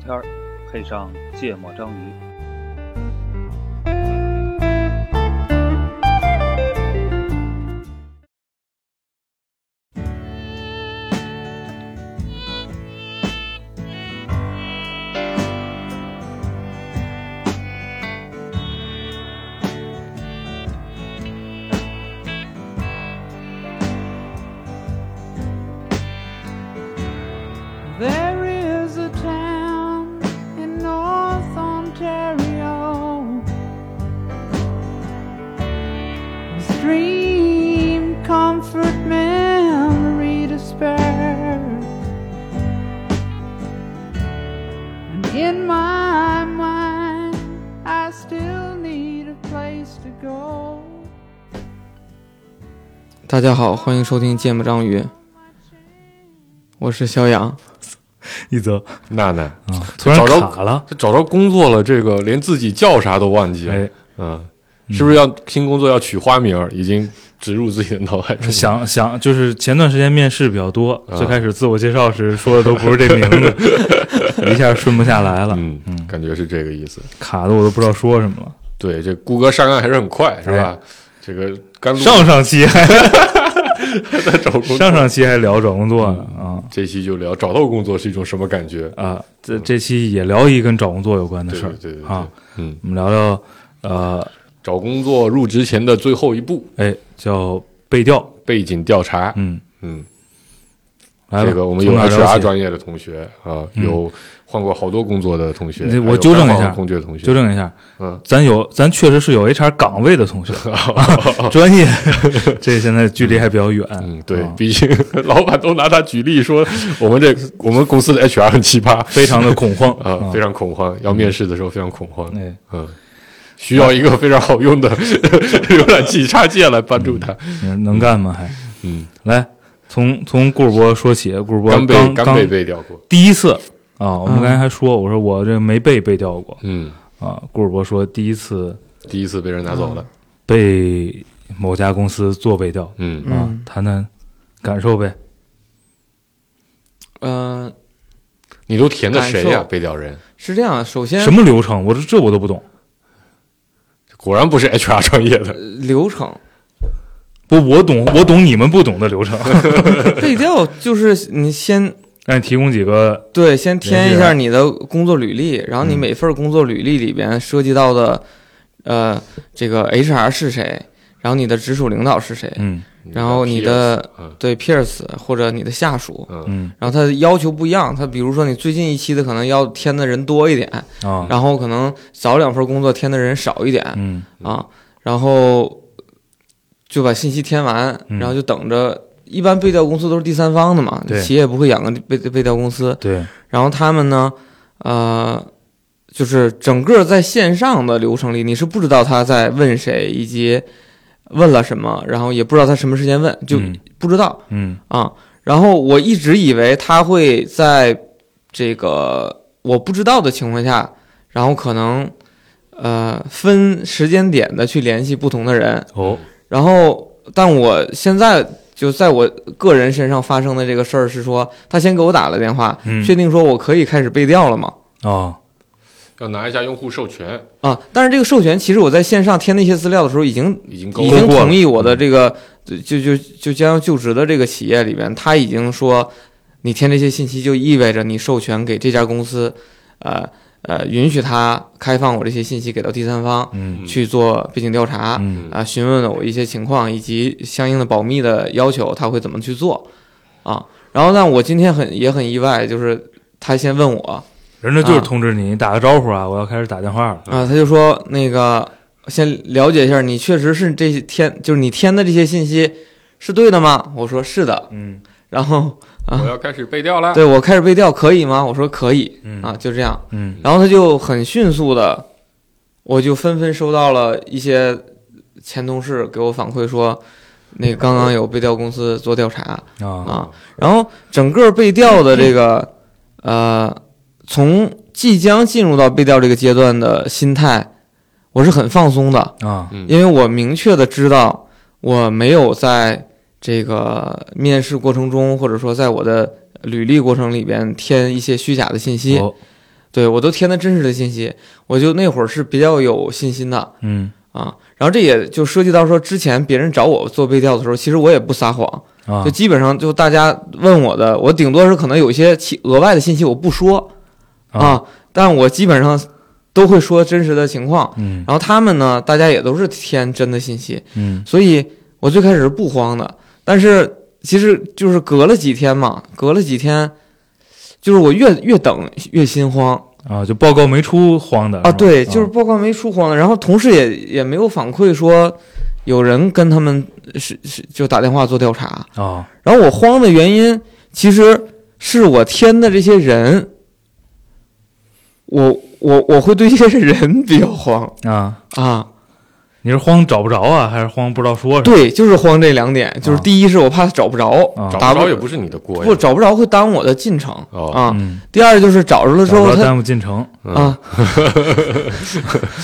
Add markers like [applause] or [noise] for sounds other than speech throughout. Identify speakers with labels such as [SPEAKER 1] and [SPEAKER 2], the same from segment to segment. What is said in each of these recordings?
[SPEAKER 1] 天儿，配上芥末章鱼。
[SPEAKER 2] There is a town in North Ontario. Stream, comfort, memory, despair. And in my mind, I still need a place to go.
[SPEAKER 3] 大家好，欢迎收听《芥末章鱼》，我是肖阳。
[SPEAKER 4] 一 [laughs] 泽，
[SPEAKER 5] 娜娜，
[SPEAKER 4] 突然
[SPEAKER 5] 找着
[SPEAKER 4] 卡了，
[SPEAKER 5] 她找着工作了，这个连自己叫啥都忘记了，
[SPEAKER 4] 哎，
[SPEAKER 5] 嗯，是不是要新工作要取花名儿，已经植入自己的脑海中？
[SPEAKER 4] 想想就是前段时间面试比较多，
[SPEAKER 5] 啊
[SPEAKER 4] 最开始自我介绍时说的都不是这名字，
[SPEAKER 5] [laughs]
[SPEAKER 4] 一下顺不下来了，
[SPEAKER 5] 嗯，感觉是这个意思。
[SPEAKER 4] 卡的我都不知道说什么了。
[SPEAKER 5] 对，这谷歌上岸还是很快，是吧？这个刚录
[SPEAKER 4] 哎上上期
[SPEAKER 5] [laughs]
[SPEAKER 4] 还
[SPEAKER 5] 在找工作，
[SPEAKER 4] 上上期还聊找工作呢啊
[SPEAKER 5] 这期就聊找到工作是一种什么感觉？
[SPEAKER 4] 啊！这这期也聊一跟找工作有关的
[SPEAKER 5] 对
[SPEAKER 4] 事儿
[SPEAKER 5] 对对对，
[SPEAKER 4] 啊，
[SPEAKER 5] 嗯，
[SPEAKER 4] 我们聊聊呃，
[SPEAKER 5] 找工作入职前的最后一步，
[SPEAKER 4] 哎，叫背调，
[SPEAKER 5] 背景调查。
[SPEAKER 4] 嗯，
[SPEAKER 5] 嗯，
[SPEAKER 4] 来吧
[SPEAKER 5] 这个我们有
[SPEAKER 4] 从哪儿聊
[SPEAKER 5] HR
[SPEAKER 4] 起
[SPEAKER 5] 专业的同学啊，有换过好多工作的同学，
[SPEAKER 4] 那
[SPEAKER 5] 还有
[SPEAKER 4] 嗯我纠正一下
[SPEAKER 5] 刚换过工作的同学，
[SPEAKER 4] 纠正一下，
[SPEAKER 5] 嗯
[SPEAKER 4] 咱有咱确实是有 HR 岗位的同
[SPEAKER 5] [laughs]
[SPEAKER 4] 学，啊专业这现在距离还比较远。
[SPEAKER 5] 嗯，对
[SPEAKER 4] 啊，
[SPEAKER 5] 毕竟 [laughs] 老板都拿他举例说，我们这我们公司的 HR 很奇葩
[SPEAKER 4] 非常的恐慌
[SPEAKER 5] [laughs] 啊，非常恐慌，要面试的时候非常恐慌，
[SPEAKER 4] 哎，
[SPEAKER 5] 嗯，需要一个非常好用的 [laughs] 浏览器插件来帮助他。
[SPEAKER 4] 你说能干吗？还
[SPEAKER 5] 嗯，
[SPEAKER 4] 来从从顾主播说起，顾主播
[SPEAKER 5] 刚被
[SPEAKER 4] 刚
[SPEAKER 5] 刚被背调过，
[SPEAKER 4] 第一次啊，我们刚才还说，我说我这没被被调过
[SPEAKER 5] 嗯，
[SPEAKER 4] 啊。顾主播说第一次
[SPEAKER 5] 第一次被人拿走了，
[SPEAKER 4] 被某家公司做被调
[SPEAKER 5] 嗯，
[SPEAKER 4] 啊，谈谈感受呗。
[SPEAKER 3] 嗯、
[SPEAKER 5] 你都填的谁呀？
[SPEAKER 3] 感受
[SPEAKER 5] 被调人
[SPEAKER 3] 是这样，首先
[SPEAKER 4] 什么流程？我这这我都不懂。
[SPEAKER 5] 果然不是 HR 专业的，
[SPEAKER 3] 流程？
[SPEAKER 4] 不，我懂，我懂你们不懂的流程。
[SPEAKER 3] 背调就是你先
[SPEAKER 4] 让你提供几个
[SPEAKER 3] 对先填一
[SPEAKER 4] 人
[SPEAKER 3] 下
[SPEAKER 4] 员
[SPEAKER 3] 你的工作履历，然后你
[SPEAKER 4] 嗯
[SPEAKER 3] 每份工作履历里边涉及到的，呃，这个 HR 是谁，然后你的直属领导是谁，
[SPEAKER 4] 嗯
[SPEAKER 3] 然后你
[SPEAKER 5] PS
[SPEAKER 3] 的
[SPEAKER 5] 嗯
[SPEAKER 3] 对 peers 或者你的下属，
[SPEAKER 5] 嗯
[SPEAKER 4] 嗯
[SPEAKER 3] 然后他的要求不一样，他比如说你最近一期的可能要填的人多一点，
[SPEAKER 4] 啊
[SPEAKER 3] 然后可能早两份工作填的人少一点
[SPEAKER 4] 嗯
[SPEAKER 3] 啊，然后就把信息填完，
[SPEAKER 4] 嗯
[SPEAKER 3] 然后就等着。一般背调公司都是第三方的嘛，
[SPEAKER 4] 对
[SPEAKER 3] 企业不会养个背背调公司。
[SPEAKER 4] 对
[SPEAKER 3] 然后他们呢，呃，就是整个在线上的流程里，你是不知道他在问谁以及问了什么，然后也不知道他什么时间问，就
[SPEAKER 4] 嗯
[SPEAKER 3] 不知道。
[SPEAKER 4] 嗯
[SPEAKER 3] 啊。然后我一直以为他会在这个我不知道的情况下，然后可能呃分时间点的去联系不同的人。
[SPEAKER 4] 哦
[SPEAKER 3] 然后，但我现在就在我个人身上发生的这个事儿是说，他先给我打了电话，
[SPEAKER 4] 嗯
[SPEAKER 3] 确定说我可以开始背调了嘛。
[SPEAKER 4] 哦
[SPEAKER 5] 要拿一下用户授权，
[SPEAKER 3] 啊，但是这个授权，其实我在线上填那些资料的时候，已经
[SPEAKER 5] 已经够
[SPEAKER 3] 已
[SPEAKER 5] 了
[SPEAKER 3] 经
[SPEAKER 4] 过了嗯
[SPEAKER 3] 同意我的这个就就就就将要就职的这个企业里边，他已经说你填这些信息就意味着你授权给这家公司，呃呃，允许他开放我这些信息给到第三方
[SPEAKER 4] 嗯
[SPEAKER 3] 去做背景调查。
[SPEAKER 4] 嗯
[SPEAKER 3] 啊，询问了我一些情况以及相应的保密的要求，他会怎么去做啊？然后呢，我今天很也很意外，就是他先问我，
[SPEAKER 4] 人家
[SPEAKER 3] 啊
[SPEAKER 4] 就是通知你，你打个招呼啊，我要开始打电话了。
[SPEAKER 3] 啊，他就说那个先了解一下，你确实是这些天就是你填的这些信息是对的吗？我说是的，
[SPEAKER 4] 嗯
[SPEAKER 3] 然后
[SPEAKER 5] 我要开始背调了，
[SPEAKER 3] 对我开始背调可以吗？我说可以
[SPEAKER 4] 嗯
[SPEAKER 3] 啊，就这样，
[SPEAKER 4] 嗯
[SPEAKER 3] 然后他就很迅速的，我就纷纷收到了一些前同事给我反馈说，那个刚刚有背调公司做调查，
[SPEAKER 4] 啊
[SPEAKER 3] 啊，然后整个背调的这个，呃，从即将进入到背调这个阶段的心态，我是很放松的，
[SPEAKER 4] 啊
[SPEAKER 5] 嗯
[SPEAKER 3] 因为我明确的知道我没有在这个面试过程中，或者说在我的履历过程里边添一些虚假的信息
[SPEAKER 4] 哦
[SPEAKER 3] 对我都填的真实的信息，我就那会儿是比较有信心的
[SPEAKER 4] 嗯
[SPEAKER 3] 啊。然后这也就涉及到说，之前别人找我做背调的时候，其实我也不撒谎，
[SPEAKER 4] 啊
[SPEAKER 3] 就基本上就大家问我的，我顶多是可能有一些其额外的信息我不说
[SPEAKER 4] 啊
[SPEAKER 3] 啊，但我基本上都会说真实的情况。
[SPEAKER 4] 嗯
[SPEAKER 3] 然后他们呢，大家也都是填真的信息，
[SPEAKER 4] 嗯
[SPEAKER 3] 所以我最开始是不慌的，但是其实就是隔了几天嘛，隔了几天，就是我越越等越心慌
[SPEAKER 4] 啊，就报告没出慌的
[SPEAKER 3] 啊，
[SPEAKER 4] 吧
[SPEAKER 3] 对，就是报告没出慌，然后同事也也没有反馈说有人跟他们是是就打电话做调查，
[SPEAKER 4] 啊
[SPEAKER 3] 然后我慌的原因其实是我添的这些人，我我我会对这些人比较慌
[SPEAKER 4] 啊，
[SPEAKER 3] 啊。
[SPEAKER 4] 你是慌找不着啊，还是慌不知道说什么？
[SPEAKER 3] 对，就是慌这两点，就是
[SPEAKER 4] 啊
[SPEAKER 3] 第一是我怕找不着，
[SPEAKER 4] 啊
[SPEAKER 5] 找
[SPEAKER 3] 打
[SPEAKER 5] 不
[SPEAKER 3] 不
[SPEAKER 5] 着也不是你的锅呀。
[SPEAKER 3] 不找不着会耽误我的进程、
[SPEAKER 5] 哦
[SPEAKER 3] 啊。
[SPEAKER 4] 嗯，
[SPEAKER 3] 第二就是找着了之
[SPEAKER 4] 找不
[SPEAKER 3] 后
[SPEAKER 4] 着
[SPEAKER 3] 他
[SPEAKER 4] 弹幕进城
[SPEAKER 5] 嗯
[SPEAKER 3] 啊，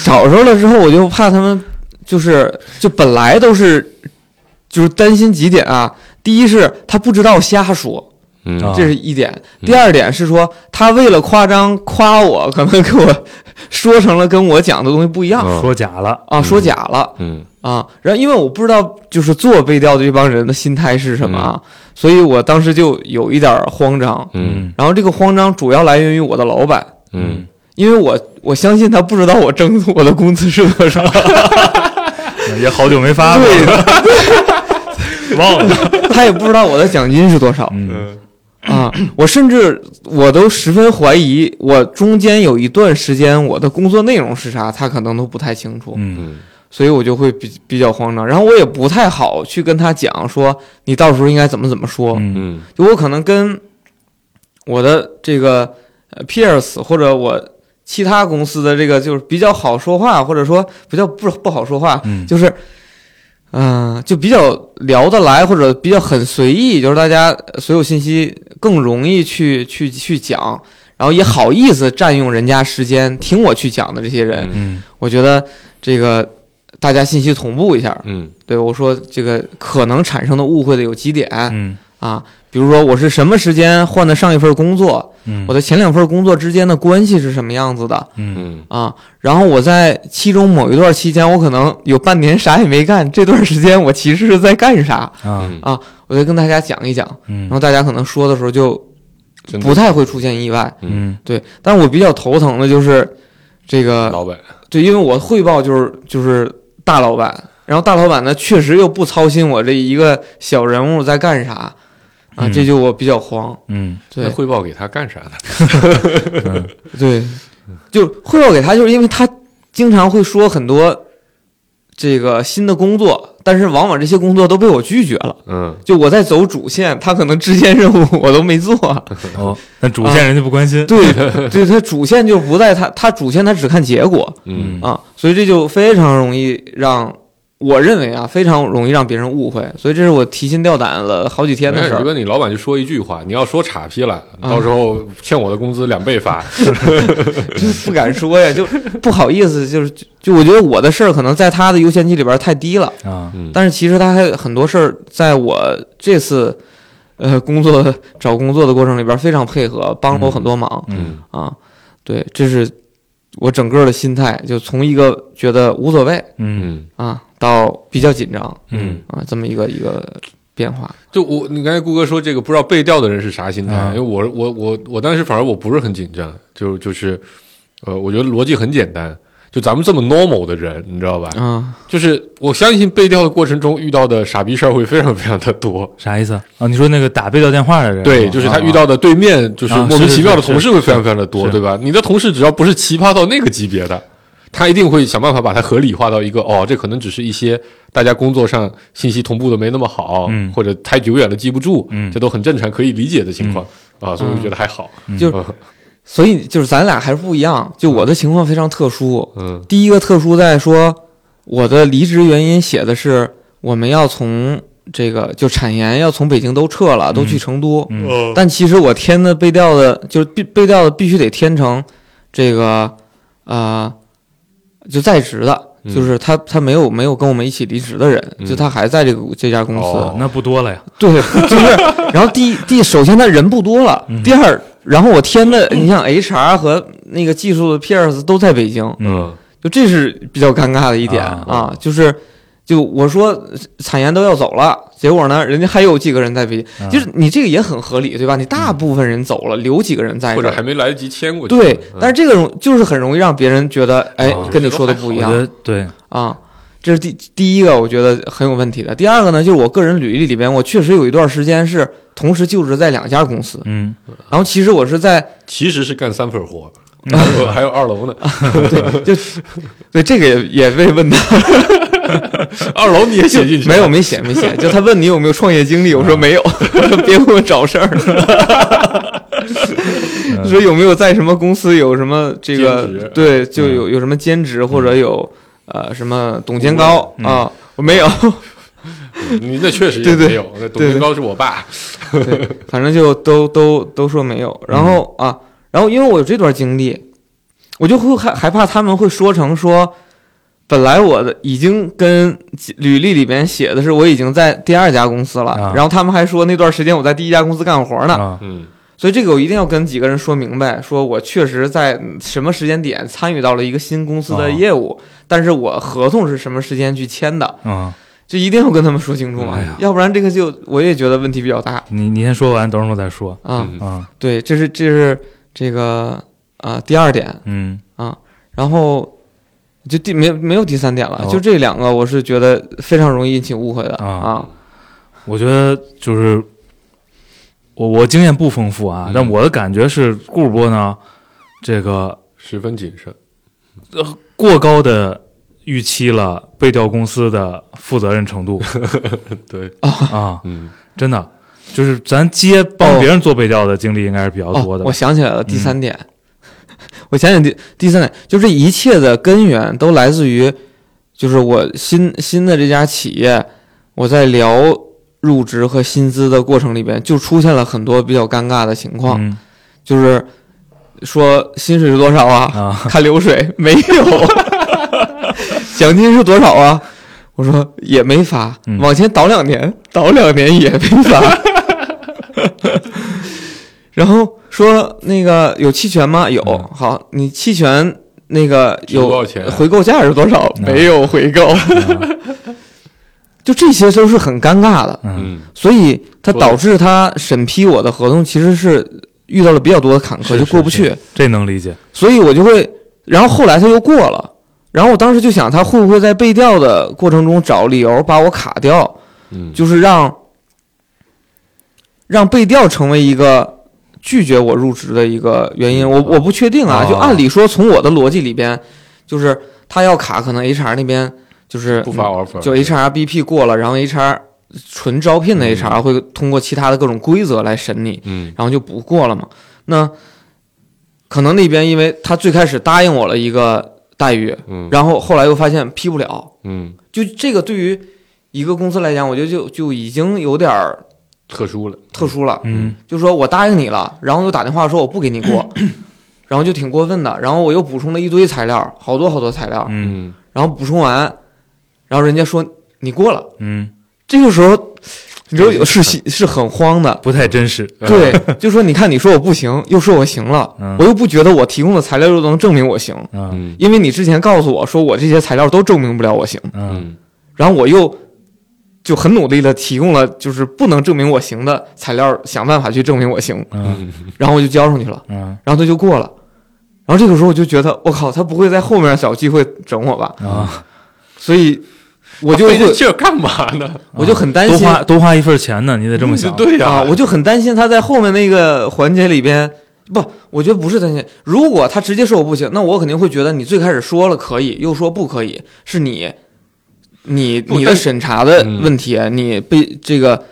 [SPEAKER 3] 找着了之后我就怕他们就是就本来都是就是担心几点啊。第一是他不知道瞎说，
[SPEAKER 5] 嗯
[SPEAKER 4] 啊
[SPEAKER 3] 这是一点；
[SPEAKER 5] 嗯
[SPEAKER 3] 第二点是说他为了夸张夸我，可能给我说成了跟我讲的东西不一样、
[SPEAKER 5] 嗯
[SPEAKER 4] 说假了
[SPEAKER 3] 啊，说假了。
[SPEAKER 5] 嗯
[SPEAKER 3] 啊，然后因为我不知道就是做背调的这帮人的心态是什么啊，所以我当时就有一点儿慌张。
[SPEAKER 5] 嗯
[SPEAKER 3] 然后这个慌张主要来源于我的老板，
[SPEAKER 5] 嗯
[SPEAKER 3] 因为我我相信他不知道我挣我的工资是多少。
[SPEAKER 4] 嗯也好久没发了，
[SPEAKER 3] 对，
[SPEAKER 4] [laughs]
[SPEAKER 3] [laughs]
[SPEAKER 4] 忘了，
[SPEAKER 3] 他也不知道我的奖金是多少
[SPEAKER 4] 嗯
[SPEAKER 5] 嗯
[SPEAKER 3] 啊！我甚至我都十分怀疑，我中间有一段时间我的工作内容是啥，他可能都不太清楚。
[SPEAKER 4] 嗯
[SPEAKER 5] 嗯
[SPEAKER 3] 所以我就会比比较慌张，然后我也不太好去跟他讲说你到时候应该怎么怎么说，
[SPEAKER 4] 嗯
[SPEAKER 5] 嗯
[SPEAKER 3] 就我可能跟我的这个呃 peers 或者我其他公司的这个就是比较好说话，或者说比较不不好说话，
[SPEAKER 4] 嗯
[SPEAKER 3] 就是嗯、呃就比较聊得来，或者比较很随意，就是大家呃所有信息更容易去去去讲，然后也好意思占用人家时间听我去讲的这些人，
[SPEAKER 5] 嗯
[SPEAKER 4] 嗯
[SPEAKER 3] 我觉得这个。大家信息同步一下，
[SPEAKER 5] 嗯
[SPEAKER 3] 对我说这个可能产生的误会的有几点，
[SPEAKER 4] 嗯
[SPEAKER 3] 啊，比如说我是什么时间换的上一份工作，
[SPEAKER 4] 嗯，
[SPEAKER 3] 我的前两份工作之间的关系是什么样子的
[SPEAKER 4] 嗯
[SPEAKER 5] 嗯
[SPEAKER 3] 啊？然后我在其中某一段期间，我可能有半年啥也没干，这段时间我其实是在干啥？
[SPEAKER 4] 啊
[SPEAKER 5] 嗯
[SPEAKER 3] 我再跟大家讲一讲，
[SPEAKER 4] 嗯
[SPEAKER 3] 然后大家可能说的时候就
[SPEAKER 5] 真的
[SPEAKER 3] 不太会出现意外。
[SPEAKER 4] 嗯
[SPEAKER 3] 对，但我比较头疼的就是这个，
[SPEAKER 5] 老板
[SPEAKER 3] 对，因为我汇报就是就是大老板，然后大老板呢确实又不操心我这一个小人物在干啥啊，
[SPEAKER 4] 嗯
[SPEAKER 3] 这就我比较慌。
[SPEAKER 4] 嗯
[SPEAKER 3] 对
[SPEAKER 5] 那，汇报给他干啥呢？
[SPEAKER 3] 对，就汇报给他，就是因为他经常会说很多这个新的工作，但是往往这些工作都被我拒绝了。
[SPEAKER 5] 嗯
[SPEAKER 3] 就我在走主线，他可能支线任务我都没做。
[SPEAKER 5] 嗯
[SPEAKER 4] 哦，但主线人家不关心，
[SPEAKER 3] 对，对他主线就不在他，他主线他只看结果
[SPEAKER 5] 嗯
[SPEAKER 3] 啊，所以这就非常容易让我认为啊，非常容易让别人误会。所以这是我提心吊胆了好几天的
[SPEAKER 5] 没事
[SPEAKER 3] 事
[SPEAKER 5] 你
[SPEAKER 3] 儿。
[SPEAKER 5] 跟你老板就说一句话，你要说岔劈了，
[SPEAKER 3] 啊
[SPEAKER 5] 到时候欠我的工资两倍发。
[SPEAKER 3] 不敢说呀，就不好意思，就是就就我觉得我的事儿可能在他的优先级里边儿太低了。
[SPEAKER 4] 啊
[SPEAKER 5] 嗯，
[SPEAKER 3] 但是其实他还有很多事儿，在我这次呃工作找工作的过程里边儿非常配合，帮了我很多忙、
[SPEAKER 4] 嗯
[SPEAKER 5] 嗯
[SPEAKER 3] 啊。对，这是我整个的心态，就从一个觉得无所谓
[SPEAKER 4] 嗯
[SPEAKER 5] 嗯
[SPEAKER 3] 啊，到比较紧张
[SPEAKER 4] 嗯
[SPEAKER 3] 啊，这么一个一个变化。
[SPEAKER 5] 就我你刚才顾哥说这个不知道被调的人是啥心态，
[SPEAKER 4] 啊
[SPEAKER 5] 因为我我我我当时反而我不是很紧张，就就是呃，我觉得逻辑很简单。就咱们这么 normal 的人，你知道吧？
[SPEAKER 3] 啊，
[SPEAKER 5] 就是我相信被调的过程中遇到的傻逼事儿会非常非常的多。
[SPEAKER 4] 啥意思啊？你说那个打被调电话的人吗，
[SPEAKER 5] 对，就是他
[SPEAKER 4] 啊
[SPEAKER 5] 遇到的对面就是
[SPEAKER 4] 啊
[SPEAKER 5] 莫名其妙的
[SPEAKER 4] 是是是
[SPEAKER 5] 同事会非常非常的多，
[SPEAKER 4] 是
[SPEAKER 5] 对吧？你的同事只要不是奇葩到那个级别的，他一定会想办法把它合理化到一个哦，这可能只是一些大家工作上信息同步的没那么好，
[SPEAKER 4] 嗯
[SPEAKER 5] 或者太久远了记不住，
[SPEAKER 4] 嗯
[SPEAKER 5] 这都很正常，可以理解的情况、啊，所以我觉得还好，
[SPEAKER 3] 就所以就是咱俩还是不一样，就我的情况非常特殊。
[SPEAKER 5] 嗯
[SPEAKER 3] 第一个特殊在说，我的离职原因写的是我们要从这个就产研要从北京都撤了，都去成都。
[SPEAKER 4] 嗯
[SPEAKER 5] 嗯
[SPEAKER 3] 但其实我填的背调的，就是必背调的必须得填成这个呃，就在职的，
[SPEAKER 5] 嗯
[SPEAKER 3] 就是他他没有没有跟我们一起离职的人，
[SPEAKER 5] 嗯
[SPEAKER 3] 就他还在这个这家公司。
[SPEAKER 5] 哦
[SPEAKER 4] 那不多了呀，
[SPEAKER 5] 嗯
[SPEAKER 3] 对，就是。然后第一第一，首先他人不多了，第二然后我填的，你像 HR 和那个技术的 peers 都在北京，
[SPEAKER 5] 嗯
[SPEAKER 3] 就这是比较尴尬的一点
[SPEAKER 4] 啊
[SPEAKER 3] 啊就是就我说呃产研都要走了，结果呢，人家还有几个人在北京，
[SPEAKER 5] 啊
[SPEAKER 4] 嗯
[SPEAKER 3] 就是你这个也很合理，对吧？你大部分人走了，留几个人在这
[SPEAKER 5] 嗯或
[SPEAKER 3] 儿，
[SPEAKER 5] 者还没来得及迁过去。
[SPEAKER 3] 对
[SPEAKER 5] 嗯，
[SPEAKER 3] 但是这个容就是很容易让别人觉得，哎
[SPEAKER 5] 啊，
[SPEAKER 3] 跟你说的不一
[SPEAKER 4] 我
[SPEAKER 3] 样
[SPEAKER 4] 觉得对，
[SPEAKER 3] 啊。这是第第一个，我觉得很有问题的。第二个呢，就是我个人履历里边，我确实有一段时间是同时就职在两家公司，
[SPEAKER 4] 嗯，
[SPEAKER 3] 然后其实我是在
[SPEAKER 5] 其实是干三份活，还有还有二楼呢。
[SPEAKER 3] 对，就对这个也也被问到，
[SPEAKER 5] 二楼你也写进去？啊
[SPEAKER 3] 没有，没写没写，
[SPEAKER 5] [laughs]
[SPEAKER 3] 就他问你有没有创业经历，我说没有， [laughs] 别给我找
[SPEAKER 5] [laughs]
[SPEAKER 3] 事儿了。说有没有在什么公司有什么这个
[SPEAKER 5] 嗯兼职嗯
[SPEAKER 3] 对，就有有什么兼职或者有呃什么董监高
[SPEAKER 4] 嗯
[SPEAKER 3] 啊？我没有，
[SPEAKER 5] 你那确实也
[SPEAKER 3] 对对
[SPEAKER 5] 没有。那董
[SPEAKER 3] 对对
[SPEAKER 5] 明高是我爸。
[SPEAKER 3] 对，反正就都都都说没有。然后
[SPEAKER 5] 嗯
[SPEAKER 3] 啊，然后因为我有这段经历，我就会害害怕他们会说成说，本来我的已经跟履历里边写的是我已经在第二家公司了，
[SPEAKER 4] 啊
[SPEAKER 3] 然后他们还说那段时间我在第一家公司干活呢。
[SPEAKER 4] 啊，
[SPEAKER 5] 嗯
[SPEAKER 3] 所以这个我一定要跟几个人说明白，说我确实在什么时间点参与到了一个新公司
[SPEAKER 4] 哦
[SPEAKER 3] 的业务，
[SPEAKER 5] 啊
[SPEAKER 3] 但是我合同是什么时间去签的，
[SPEAKER 4] 嗯，
[SPEAKER 3] 这一定要跟他们说清楚嘛，
[SPEAKER 5] 哎呀
[SPEAKER 3] 要不然这个就我也觉得问题比较大
[SPEAKER 4] 你你先说完，等会儿我再说
[SPEAKER 3] 啊。
[SPEAKER 5] 嗯
[SPEAKER 4] 啊，
[SPEAKER 3] 对，这是这是这个啊、呃第二点
[SPEAKER 4] 嗯
[SPEAKER 3] 啊，然后就第没有没有第三点了，
[SPEAKER 4] 哦
[SPEAKER 3] 就这两个我是觉得非常容易引起误会的
[SPEAKER 4] 啊
[SPEAKER 3] 啊
[SPEAKER 4] 我觉得就是我我经验不丰富啊，
[SPEAKER 5] 嗯
[SPEAKER 4] 但我的感觉是顾主播呢，这个
[SPEAKER 5] 十分谨慎。
[SPEAKER 4] 过高的预期了被调公司的负责任程
[SPEAKER 5] [laughs]
[SPEAKER 4] 度
[SPEAKER 5] 对，
[SPEAKER 4] 啊，
[SPEAKER 5] 嗯，
[SPEAKER 4] 真的就是咱接
[SPEAKER 5] 哦
[SPEAKER 4] 帮别人做被调的经历应该是比较多
[SPEAKER 3] 哦
[SPEAKER 4] 的，嗯吧
[SPEAKER 3] 我想起来了，第三点， [laughs] 我想想第第三点，就这一切的根源都来自于，就是我新新的这家企业，我在聊入职和薪资的过程里边，就出现了很多比较尴尬的情况，
[SPEAKER 4] 嗯
[SPEAKER 3] 就是说薪水是多少啊？
[SPEAKER 4] 啊，
[SPEAKER 3] [laughs] 看流水没有，啊 [laughs] 奖金是多少啊？我说也没发
[SPEAKER 4] 嗯，
[SPEAKER 3] 往前倒两年，倒两年也没发。 [laughs] 然后说那个有期权吗？有
[SPEAKER 4] 嗯，
[SPEAKER 3] 好，你期权那个
[SPEAKER 5] 值多
[SPEAKER 3] 有
[SPEAKER 5] 少钱啊
[SPEAKER 3] 回购价是多少？
[SPEAKER 4] 嗯
[SPEAKER 3] 没有回购， [laughs]
[SPEAKER 5] [laughs]
[SPEAKER 4] 啊
[SPEAKER 3] 就这些都是很尴尬的，
[SPEAKER 4] 嗯
[SPEAKER 5] 嗯，
[SPEAKER 3] 所以它
[SPEAKER 5] 说得
[SPEAKER 3] 导致他审批我的合同其实是遇到了比较多的坎坷，
[SPEAKER 4] 是
[SPEAKER 3] 就是过不去。
[SPEAKER 4] 这能理解，
[SPEAKER 3] 所以我就会，然后后来他又过了，然后我当时就想，他会不会在背调的过程中找理由把我卡掉，
[SPEAKER 5] 嗯，
[SPEAKER 3] 就是让让背调成为一个拒绝我入职的一个原因。我我不确定啊，
[SPEAKER 4] 哦
[SPEAKER 3] 就按理说从我的逻辑里边，就是他要卡，可能 HR 那边就是
[SPEAKER 5] 不发 offer，
[SPEAKER 3] 就 HR BP 过了，然后 HR 纯招聘的
[SPEAKER 5] 嗯
[SPEAKER 3] HR 会通过其他的各种规则来审你。
[SPEAKER 5] 嗯
[SPEAKER 3] 然后就不过了嘛。那可能那边因为他最开始答应我了一个待遇，
[SPEAKER 5] 嗯
[SPEAKER 3] 然后后来又发现批不了，
[SPEAKER 5] 嗯，
[SPEAKER 3] 就这个对于一个公司来讲，我觉得就就已经有点儿
[SPEAKER 5] 特殊了。
[SPEAKER 3] 特殊了。
[SPEAKER 4] 嗯
[SPEAKER 3] 就说我答应你了，然后又打电话说我不给你过，然后就挺过分的。然后我又补充了一堆材料，好多好多材料，
[SPEAKER 4] 嗯
[SPEAKER 5] 嗯，
[SPEAKER 3] 然后补充完，然后人家说你过了，
[SPEAKER 4] 嗯，
[SPEAKER 3] 这个时候。你知道有是是很慌的，
[SPEAKER 4] 不太真实， [laughs]
[SPEAKER 3] 对，就说你看，你说我不行，又说我行了，
[SPEAKER 4] 嗯
[SPEAKER 3] 我又不觉得我提供的材料又能证明我行，
[SPEAKER 4] 嗯
[SPEAKER 5] 嗯
[SPEAKER 3] 因为你之前告诉我说我这些材料都证明不了我行，
[SPEAKER 4] 嗯
[SPEAKER 5] 嗯
[SPEAKER 3] 然后我又就很努力的提供了就是不能证明我行的材料，想办法去证明我行，
[SPEAKER 4] 嗯
[SPEAKER 5] 嗯，
[SPEAKER 3] 然后我就交上去了，
[SPEAKER 4] 嗯
[SPEAKER 3] 然后他就过了，然后这个时候我就觉得我靠，他不会在后面找机会整我吧？
[SPEAKER 4] 啊，
[SPEAKER 3] 所以我就
[SPEAKER 5] 费这
[SPEAKER 3] 会
[SPEAKER 5] 劲儿干嘛呢？
[SPEAKER 3] 我就很担
[SPEAKER 4] 多
[SPEAKER 3] 心
[SPEAKER 4] 花多花一份钱呢，你得这么想
[SPEAKER 5] 嗯，对
[SPEAKER 3] [laughs]
[SPEAKER 5] 呀，[laughs]
[SPEAKER 3] 啊，我就很担心他在后面那个环节里边，不，我觉得不是担心。如果他直接说我不行，那我肯定会觉得你最开始说了可以，又说不可以，是你，你
[SPEAKER 5] 不
[SPEAKER 3] 你的
[SPEAKER 5] 但
[SPEAKER 3] 审查的
[SPEAKER 5] 嗯
[SPEAKER 3] 问题，啊你被这个，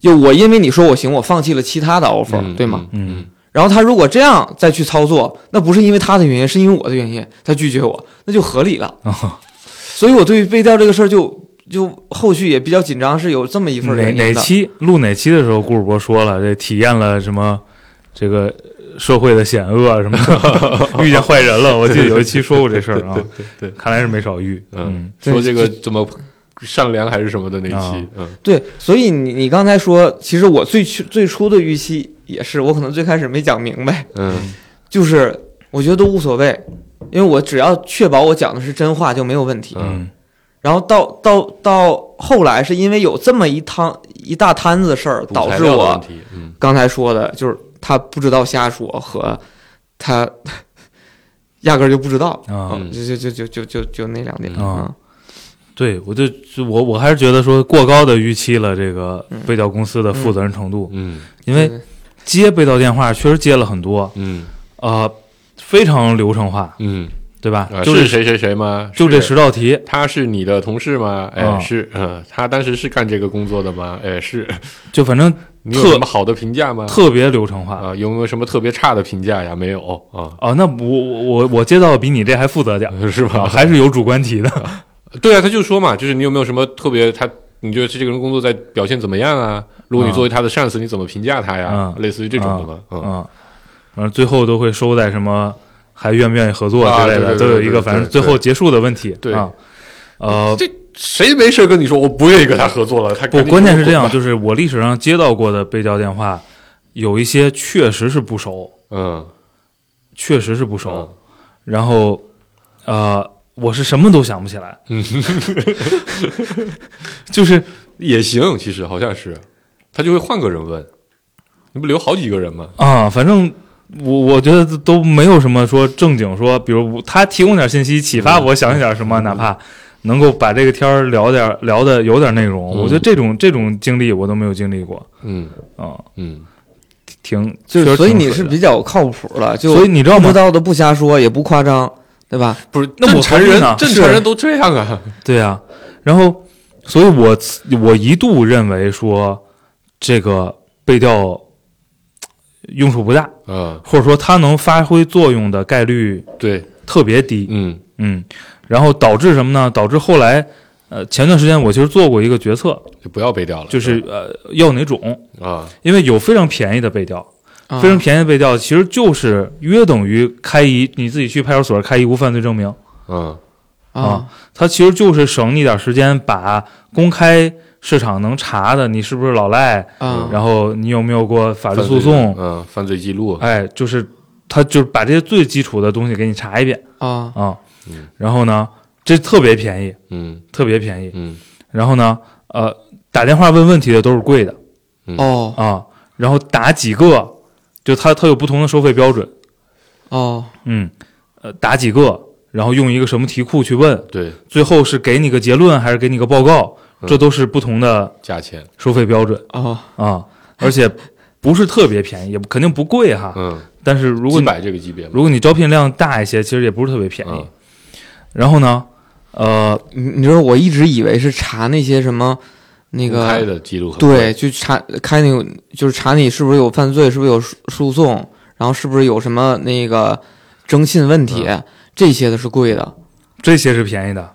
[SPEAKER 3] 就我因为你说我行，我放弃了其他的 offer，、
[SPEAKER 5] 嗯
[SPEAKER 3] 对吗？？
[SPEAKER 5] 嗯
[SPEAKER 3] 然后他如果这样再去操作，那不是因为他的原因，是因为我的原因，他拒绝我，那就合理了。
[SPEAKER 4] 哦
[SPEAKER 3] 所以我对于背调这个事儿就就后续也比较紧张，是有这么一份
[SPEAKER 4] 哪
[SPEAKER 3] 原因的。
[SPEAKER 4] 哪期录哪期的时候，顾主播说了，这体验了什么这个社会的险恶啊什么的，遇见坏人了。我记得有一期说过这事儿啊，
[SPEAKER 5] 对对对，
[SPEAKER 4] 看来是没少遇。嗯
[SPEAKER 5] 嗯，说
[SPEAKER 3] 对
[SPEAKER 5] 这个怎么善良还是什么的那期，嗯
[SPEAKER 3] 对，所以你你刚才说，其实我最初最初的预期也是，我可能最开始没讲明白，
[SPEAKER 5] 嗯
[SPEAKER 3] 就是我觉得都无所谓，因为我只要确保我讲的是真话就没有问题。
[SPEAKER 5] 嗯
[SPEAKER 4] 嗯
[SPEAKER 3] 然后到到到后来，是因为有这么一摊一大摊子事儿，
[SPEAKER 5] 补
[SPEAKER 3] 导
[SPEAKER 5] 材
[SPEAKER 3] 致
[SPEAKER 5] 料的
[SPEAKER 3] 我
[SPEAKER 5] 问题，嗯
[SPEAKER 3] 刚才说的，就是他不知道瞎说和他压根儿就不知道，
[SPEAKER 4] 啊，
[SPEAKER 5] 嗯
[SPEAKER 3] 就就就就就就就那两点
[SPEAKER 4] 嗯
[SPEAKER 3] 啊，
[SPEAKER 4] 对我就就我我还是觉得说过高的预期了这个
[SPEAKER 3] 嗯
[SPEAKER 4] 被调公司的负责任程度，
[SPEAKER 5] 嗯
[SPEAKER 4] 因为接被调电话确实接了很多，
[SPEAKER 5] 嗯
[SPEAKER 4] 呃，非常流程化，
[SPEAKER 5] 嗯，
[SPEAKER 4] 对吧
[SPEAKER 5] 啊？
[SPEAKER 4] 就是这
[SPEAKER 5] 谁谁谁吗？
[SPEAKER 4] 就这
[SPEAKER 5] 是
[SPEAKER 4] 十道题，
[SPEAKER 5] 他是你的同事吗？哎，
[SPEAKER 4] 嗯
[SPEAKER 5] 是，嗯，他当时是干这个工作的吗？哎，是。
[SPEAKER 4] 就反正
[SPEAKER 5] 你有
[SPEAKER 4] 特
[SPEAKER 5] 什么好的评价吗？
[SPEAKER 4] 特别流程化。
[SPEAKER 5] 啊，有没有什么特别差的评价呀？没有啊，
[SPEAKER 4] 哦，那我我我我接到比你这还复杂点儿，
[SPEAKER 5] 呃是吧
[SPEAKER 4] 啊还是有主观题的。
[SPEAKER 5] 对啊，他就说嘛，就是你有没有什么特别他。你觉得这个人工作在表现怎么样啊？如果你
[SPEAKER 4] 嗯
[SPEAKER 5] 作为他的上司，你怎么评价他呀？
[SPEAKER 4] 嗯
[SPEAKER 5] 类似于这种的嘛，嗯，
[SPEAKER 4] 嗯，反正最后都会收在什么还愿不愿意合作之类
[SPEAKER 5] 啊对对
[SPEAKER 4] 的，
[SPEAKER 5] 对
[SPEAKER 4] 都有一
[SPEAKER 5] 对对
[SPEAKER 4] 个反正
[SPEAKER 5] 对
[SPEAKER 4] 最后结束的问题。
[SPEAKER 5] 对
[SPEAKER 4] 啊，呃，
[SPEAKER 5] 这谁没事跟你说我不愿意跟他合作了？他
[SPEAKER 4] 不，关键是这样，，就是我历史上接到过的被调电话，有一些确实是不熟，
[SPEAKER 5] 嗯，
[SPEAKER 4] 确实是不熟。
[SPEAKER 5] 嗯
[SPEAKER 4] 然后，呃，我是什么都想不起来，
[SPEAKER 5] 嗯 [laughs]
[SPEAKER 4] 就是
[SPEAKER 5] 也行，其实好像是，他就会换个人问，你不留好几个人吗？
[SPEAKER 4] 啊，反正我我觉得都没有什么说正经说，比如我他提供点信息启发我想一点什么，哪怕能够把这个天儿聊点聊的有点内容，
[SPEAKER 5] 嗯
[SPEAKER 4] 我觉得这种这种经历我都没有经历过
[SPEAKER 5] 嗯
[SPEAKER 4] 啊，
[SPEAKER 5] 嗯
[SPEAKER 4] 挺
[SPEAKER 3] 就是所以你是
[SPEAKER 4] 是
[SPEAKER 3] 比较靠谱了，就
[SPEAKER 4] 所以你知道
[SPEAKER 3] 不
[SPEAKER 4] 吗
[SPEAKER 3] 知？道的不瞎说，也不夸张，对吧？
[SPEAKER 5] 不是，
[SPEAKER 4] 那我
[SPEAKER 5] 正常
[SPEAKER 4] 何必
[SPEAKER 5] 人
[SPEAKER 4] 呢
[SPEAKER 5] 正常
[SPEAKER 4] 是
[SPEAKER 5] 人都这样啊，
[SPEAKER 4] 对啊，然后，所以我我一度认为说这个被调用处不大，
[SPEAKER 5] 嗯，
[SPEAKER 4] 或者说它能发挥作用的概率
[SPEAKER 5] 对，
[SPEAKER 4] 特别低。
[SPEAKER 5] 嗯
[SPEAKER 4] 嗯，然后导致什么呢？导致后来，呃，前段时间我其实做过一个决策，
[SPEAKER 5] 就不要背调了，
[SPEAKER 4] 就是呃要哪种，
[SPEAKER 5] 啊，
[SPEAKER 4] 因为有非常便宜的被调。
[SPEAKER 3] 啊
[SPEAKER 4] 非常便宜的被调，其实就是约等于开一你自己去派出所开一无犯罪证明，
[SPEAKER 5] 嗯
[SPEAKER 3] 啊，
[SPEAKER 4] 它其实就是省你点时间，把公开市场能查的你是不是老赖，
[SPEAKER 3] 啊，
[SPEAKER 4] 嗯然后你有没有过法律
[SPEAKER 5] 嗯犯罪
[SPEAKER 4] 诉讼，
[SPEAKER 5] 嗯，犯罪记录，
[SPEAKER 4] 哎，就是他就是把这些最基础的东西给你查一遍
[SPEAKER 3] 啊
[SPEAKER 4] 啊
[SPEAKER 5] 嗯，
[SPEAKER 4] 然后呢，这特别便宜，
[SPEAKER 5] 嗯
[SPEAKER 4] 特别便宜，
[SPEAKER 5] 嗯
[SPEAKER 4] 然后呢，呃，打电话问问题的都是贵的
[SPEAKER 3] 哦
[SPEAKER 4] 啊，然后打几个，就它它有不同的收费标准，
[SPEAKER 3] 哦
[SPEAKER 4] 嗯，呃，打几个。然后用一个什么题库去问，
[SPEAKER 5] 对，
[SPEAKER 4] 最后是给你个结论还是给你个报告，这
[SPEAKER 5] 嗯
[SPEAKER 4] 都是不同的
[SPEAKER 5] 价钱，
[SPEAKER 4] 收费标准
[SPEAKER 3] 哦，
[SPEAKER 5] [laughs]
[SPEAKER 4] 啊，而且不是特别便宜，也肯定不贵哈。
[SPEAKER 5] 嗯，
[SPEAKER 4] 但是如果
[SPEAKER 5] 几
[SPEAKER 4] 你
[SPEAKER 5] 百这个级别嘛，
[SPEAKER 4] 如果你招聘量大一些，其实也不是特别便宜。
[SPEAKER 5] 嗯
[SPEAKER 4] 然后呢，呃，
[SPEAKER 3] 你你知道我一直以为是查那些什么那
[SPEAKER 5] 公开
[SPEAKER 3] 个。
[SPEAKER 5] 的记录很多
[SPEAKER 3] 对，，去查开那个，就是查你是不是有犯罪，是不是有诉诉讼，然后是不是有什么那个征信问题，这些的是贵的。
[SPEAKER 4] 这些是便宜的。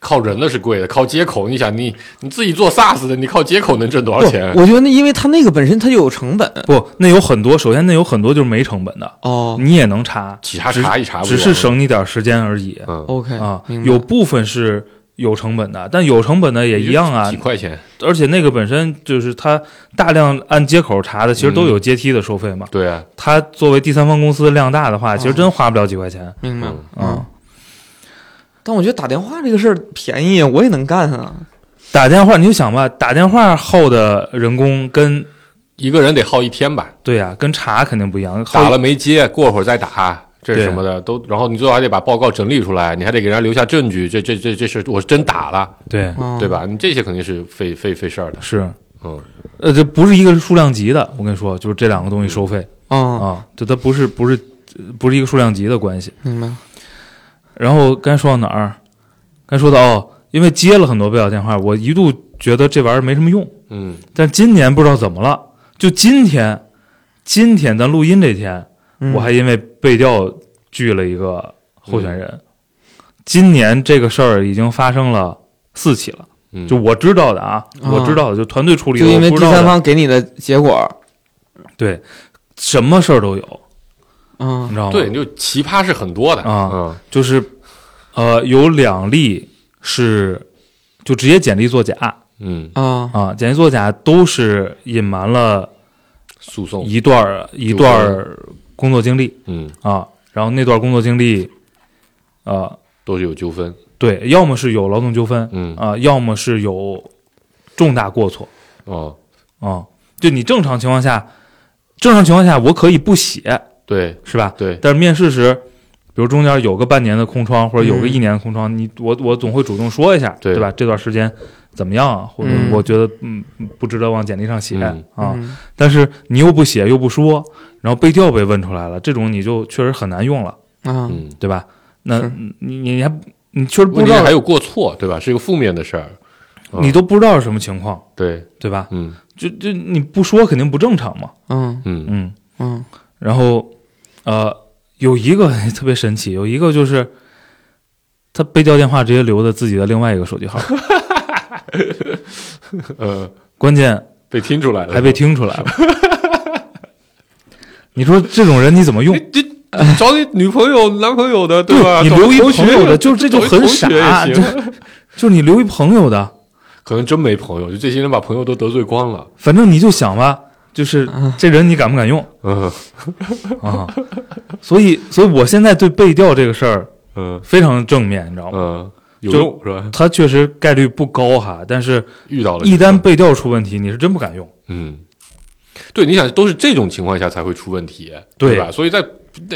[SPEAKER 5] 靠人的是贵的，靠接口，你想你你自己做 SaaS 的，你靠接口能挣多少钱
[SPEAKER 3] 不？我觉得那因为它那个本身它就有成本
[SPEAKER 4] 不，那有很多，首先那有很多就是没成本的，
[SPEAKER 3] 哦。
[SPEAKER 4] 你也能查，
[SPEAKER 5] 其他
[SPEAKER 4] 只
[SPEAKER 5] 查一查不就
[SPEAKER 4] 只
[SPEAKER 5] 完了，
[SPEAKER 4] 是省你点时间而已。
[SPEAKER 5] 嗯，
[SPEAKER 3] OK
[SPEAKER 4] 啊
[SPEAKER 3] 明，白
[SPEAKER 4] 有部分是有成本的，但有成本的也一样啊
[SPEAKER 5] 几。块钱，
[SPEAKER 4] 而且那个本身就是它大量按接口查的，其实都
[SPEAKER 5] 嗯
[SPEAKER 4] 有阶梯的收费嘛。
[SPEAKER 5] 对啊，
[SPEAKER 4] 它作为第三方公司量大的话，其实真花不了几块钱。
[SPEAKER 3] 明白
[SPEAKER 5] 嗯
[SPEAKER 4] 嗯，
[SPEAKER 3] 但我觉得打电话这个事儿便宜，我也能干啊。
[SPEAKER 4] 打电话你就想吧，打电话后的人工跟
[SPEAKER 5] 一个人得耗一天吧，
[SPEAKER 4] 对呀、跟查肯定不一样。后
[SPEAKER 5] 打了没接，过会儿再打，这是
[SPEAKER 4] 对
[SPEAKER 5] 什么的都，然后你最后还得把报告整理出来，你还得给人家留下证据，这这这这是我是真打了，
[SPEAKER 4] 对
[SPEAKER 3] 嗯、
[SPEAKER 5] 对？吧？你这些肯定是费费费事儿的，
[SPEAKER 4] 是
[SPEAKER 5] 嗯
[SPEAKER 4] 呃，这不是一个数量级的，我跟你说，就是这两个东西收费、
[SPEAKER 3] 嗯，
[SPEAKER 4] 啊，就它不是不是呃不是一个数量级的关系。
[SPEAKER 3] 明白。
[SPEAKER 4] 然后刚才说到哪儿？刚才说到哦，因为接了很多被调电话，我一度觉得这玩意儿没什么用，
[SPEAKER 5] 嗯
[SPEAKER 4] 但今年不知道怎么了，就今天，今天咱录音这天，
[SPEAKER 3] 嗯
[SPEAKER 4] 我还因为被调拒了一个候选人。
[SPEAKER 3] 嗯
[SPEAKER 4] 今年这个事儿已经发生了四起了，
[SPEAKER 5] 嗯，
[SPEAKER 4] 就我知道的啊，
[SPEAKER 3] 啊
[SPEAKER 4] 我知道的，就团队处理
[SPEAKER 3] 就
[SPEAKER 4] 的，
[SPEAKER 3] 因为
[SPEAKER 4] 我不
[SPEAKER 3] 第
[SPEAKER 4] 知道
[SPEAKER 3] 三
[SPEAKER 4] 的
[SPEAKER 3] 方给你的结果，
[SPEAKER 4] 对，什么事儿都有，你
[SPEAKER 3] 嗯
[SPEAKER 4] 知道吗？
[SPEAKER 5] 对，，就奇葩是很多的
[SPEAKER 4] 啊
[SPEAKER 5] 嗯
[SPEAKER 4] 就是呃，有两例是就直接简历作假
[SPEAKER 5] 嗯，
[SPEAKER 3] 啊
[SPEAKER 4] 啊，简历作假都是隐瞒了
[SPEAKER 5] 诉讼，
[SPEAKER 4] 一段
[SPEAKER 5] 哦
[SPEAKER 4] 儿一段儿工作经历
[SPEAKER 5] 嗯，
[SPEAKER 4] 啊，然后那段工作经历，啊，
[SPEAKER 5] 都是有纠纷，
[SPEAKER 4] 对，要么是有劳动纠纷，
[SPEAKER 5] 嗯
[SPEAKER 4] 啊，要么是有重大过错
[SPEAKER 5] 哦，
[SPEAKER 4] 啊。就你正常情况下，正常情况下我可以不写，
[SPEAKER 5] 对
[SPEAKER 4] 是吧？
[SPEAKER 5] 对，
[SPEAKER 4] 但是面试时，比如中间有个半年的空窗，或者有个一年的空窗，你我我总会主动说一下，
[SPEAKER 5] 嗯对
[SPEAKER 4] 吧？这段时间怎么样啊？或者
[SPEAKER 3] 嗯
[SPEAKER 4] 我觉得嗯不值得往简历上写、
[SPEAKER 5] 嗯
[SPEAKER 4] 啊。
[SPEAKER 3] 嗯
[SPEAKER 4] 但是你又不写又不说，然后背调被问出来了，这种你就确实很难用了，
[SPEAKER 3] 啊，
[SPEAKER 5] 嗯，
[SPEAKER 4] 对吧？那
[SPEAKER 3] 是
[SPEAKER 4] 你你还你确实不
[SPEAKER 5] 问
[SPEAKER 4] 知
[SPEAKER 5] 题
[SPEAKER 4] 道
[SPEAKER 5] 是还有过错，对吧？是一个负面的事儿，嗯
[SPEAKER 4] 你都不知道是什么情况，
[SPEAKER 5] 对，
[SPEAKER 4] 对吧？
[SPEAKER 5] 嗯
[SPEAKER 4] 就就你不说肯定不正常嘛，
[SPEAKER 3] 嗯
[SPEAKER 5] 嗯
[SPEAKER 4] 嗯。
[SPEAKER 3] 嗯
[SPEAKER 4] 然后呃，有一个 [laughs] 特别神奇，有一个就是他背调电话直接留的自己的另外一个手机号，
[SPEAKER 5] 呃，
[SPEAKER 4] 关键
[SPEAKER 5] 被听出来了，
[SPEAKER 4] 嗯还被听出来了。 [laughs] 你说这种人你怎么用
[SPEAKER 5] 你？这找你女朋友、男朋友的，对吧？
[SPEAKER 4] 你
[SPEAKER 5] 找
[SPEAKER 4] 留一
[SPEAKER 5] 同
[SPEAKER 4] 朋友
[SPEAKER 5] 学
[SPEAKER 4] 的，就是这就
[SPEAKER 5] 找一
[SPEAKER 4] 很
[SPEAKER 5] 同学
[SPEAKER 4] 傻，啊
[SPEAKER 5] 也
[SPEAKER 4] 就
[SPEAKER 5] 行 [laughs]
[SPEAKER 4] 就是你留一朋友的，
[SPEAKER 5] 可能真没朋友，就这些人把朋友都得罪光了。
[SPEAKER 4] 反正你就想吧，就是
[SPEAKER 5] 啊
[SPEAKER 4] 这人你敢不敢用
[SPEAKER 5] 嗯
[SPEAKER 4] 啊？所以，所以我现在对背调这个事儿
[SPEAKER 5] 嗯
[SPEAKER 4] 非常正面，你知道吗？
[SPEAKER 5] 嗯，有
[SPEAKER 4] 就
[SPEAKER 5] 用是吧？
[SPEAKER 4] 它确实概率不高哈，但是
[SPEAKER 5] 遇到了
[SPEAKER 4] 一旦背调出问题，你是真不敢用。
[SPEAKER 5] 嗯，对，你想都是这种情况下才会出问题，
[SPEAKER 4] 对
[SPEAKER 5] 吧？所以在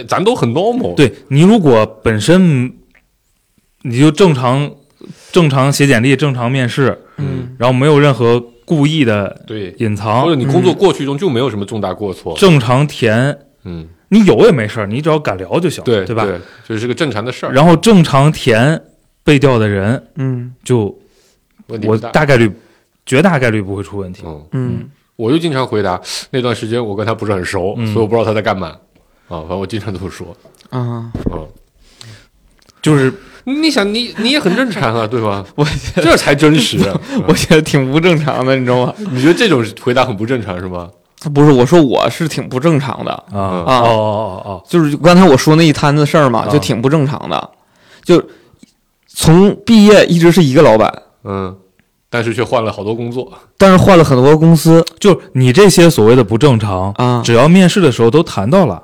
[SPEAKER 5] 咱都很 normal，，
[SPEAKER 4] 对你如果本身你就正常正常写简历、正常面试，
[SPEAKER 3] 嗯
[SPEAKER 4] 然后没有任何故意的
[SPEAKER 5] 对，
[SPEAKER 4] 隐
[SPEAKER 5] 或者
[SPEAKER 4] 藏，
[SPEAKER 5] 你工作过去中就没有什么重大过错，
[SPEAKER 4] 正常填，
[SPEAKER 5] 嗯，
[SPEAKER 4] 你有也没事儿，你只要敢聊就行，
[SPEAKER 5] 对
[SPEAKER 4] 吧？
[SPEAKER 5] 对，就是个正常的事儿，
[SPEAKER 4] 然后正常填背调的人，
[SPEAKER 3] 嗯
[SPEAKER 4] 就
[SPEAKER 5] 问题
[SPEAKER 4] 我
[SPEAKER 5] 不大。
[SPEAKER 4] 大概率绝大概率不会出问题。
[SPEAKER 5] 嗯，
[SPEAKER 3] 嗯
[SPEAKER 5] 我就经常回答那段时间我跟他不是很熟，
[SPEAKER 4] 嗯
[SPEAKER 5] 所以我不知道他在干嘛啊，反正我经常这么说。
[SPEAKER 3] 啊，
[SPEAKER 5] 嗯，
[SPEAKER 4] 就是
[SPEAKER 5] 你想你你也很正
[SPEAKER 4] [laughs]
[SPEAKER 5] 常啊，对吧？
[SPEAKER 3] 我觉得
[SPEAKER 5] 这才真实。啊
[SPEAKER 3] 我觉得挺不正常的，你知道吗？
[SPEAKER 5] [laughs] 你觉得这种回答很不正常是吗？
[SPEAKER 3] 不是，我说我是挺不正常的，
[SPEAKER 4] 啊哦
[SPEAKER 3] 啊
[SPEAKER 4] 哦哦
[SPEAKER 3] 就是刚才我说那一摊子事儿嘛，
[SPEAKER 4] 啊
[SPEAKER 3] 就挺不正常的，就从毕业一直是一个老板，
[SPEAKER 5] 嗯，但是却换了好多工作。
[SPEAKER 4] 啊
[SPEAKER 3] 但是换了很多公司
[SPEAKER 4] 哦，就是你这些所谓的不正常，
[SPEAKER 3] 啊，
[SPEAKER 4] 只要面试的时候都谈到了。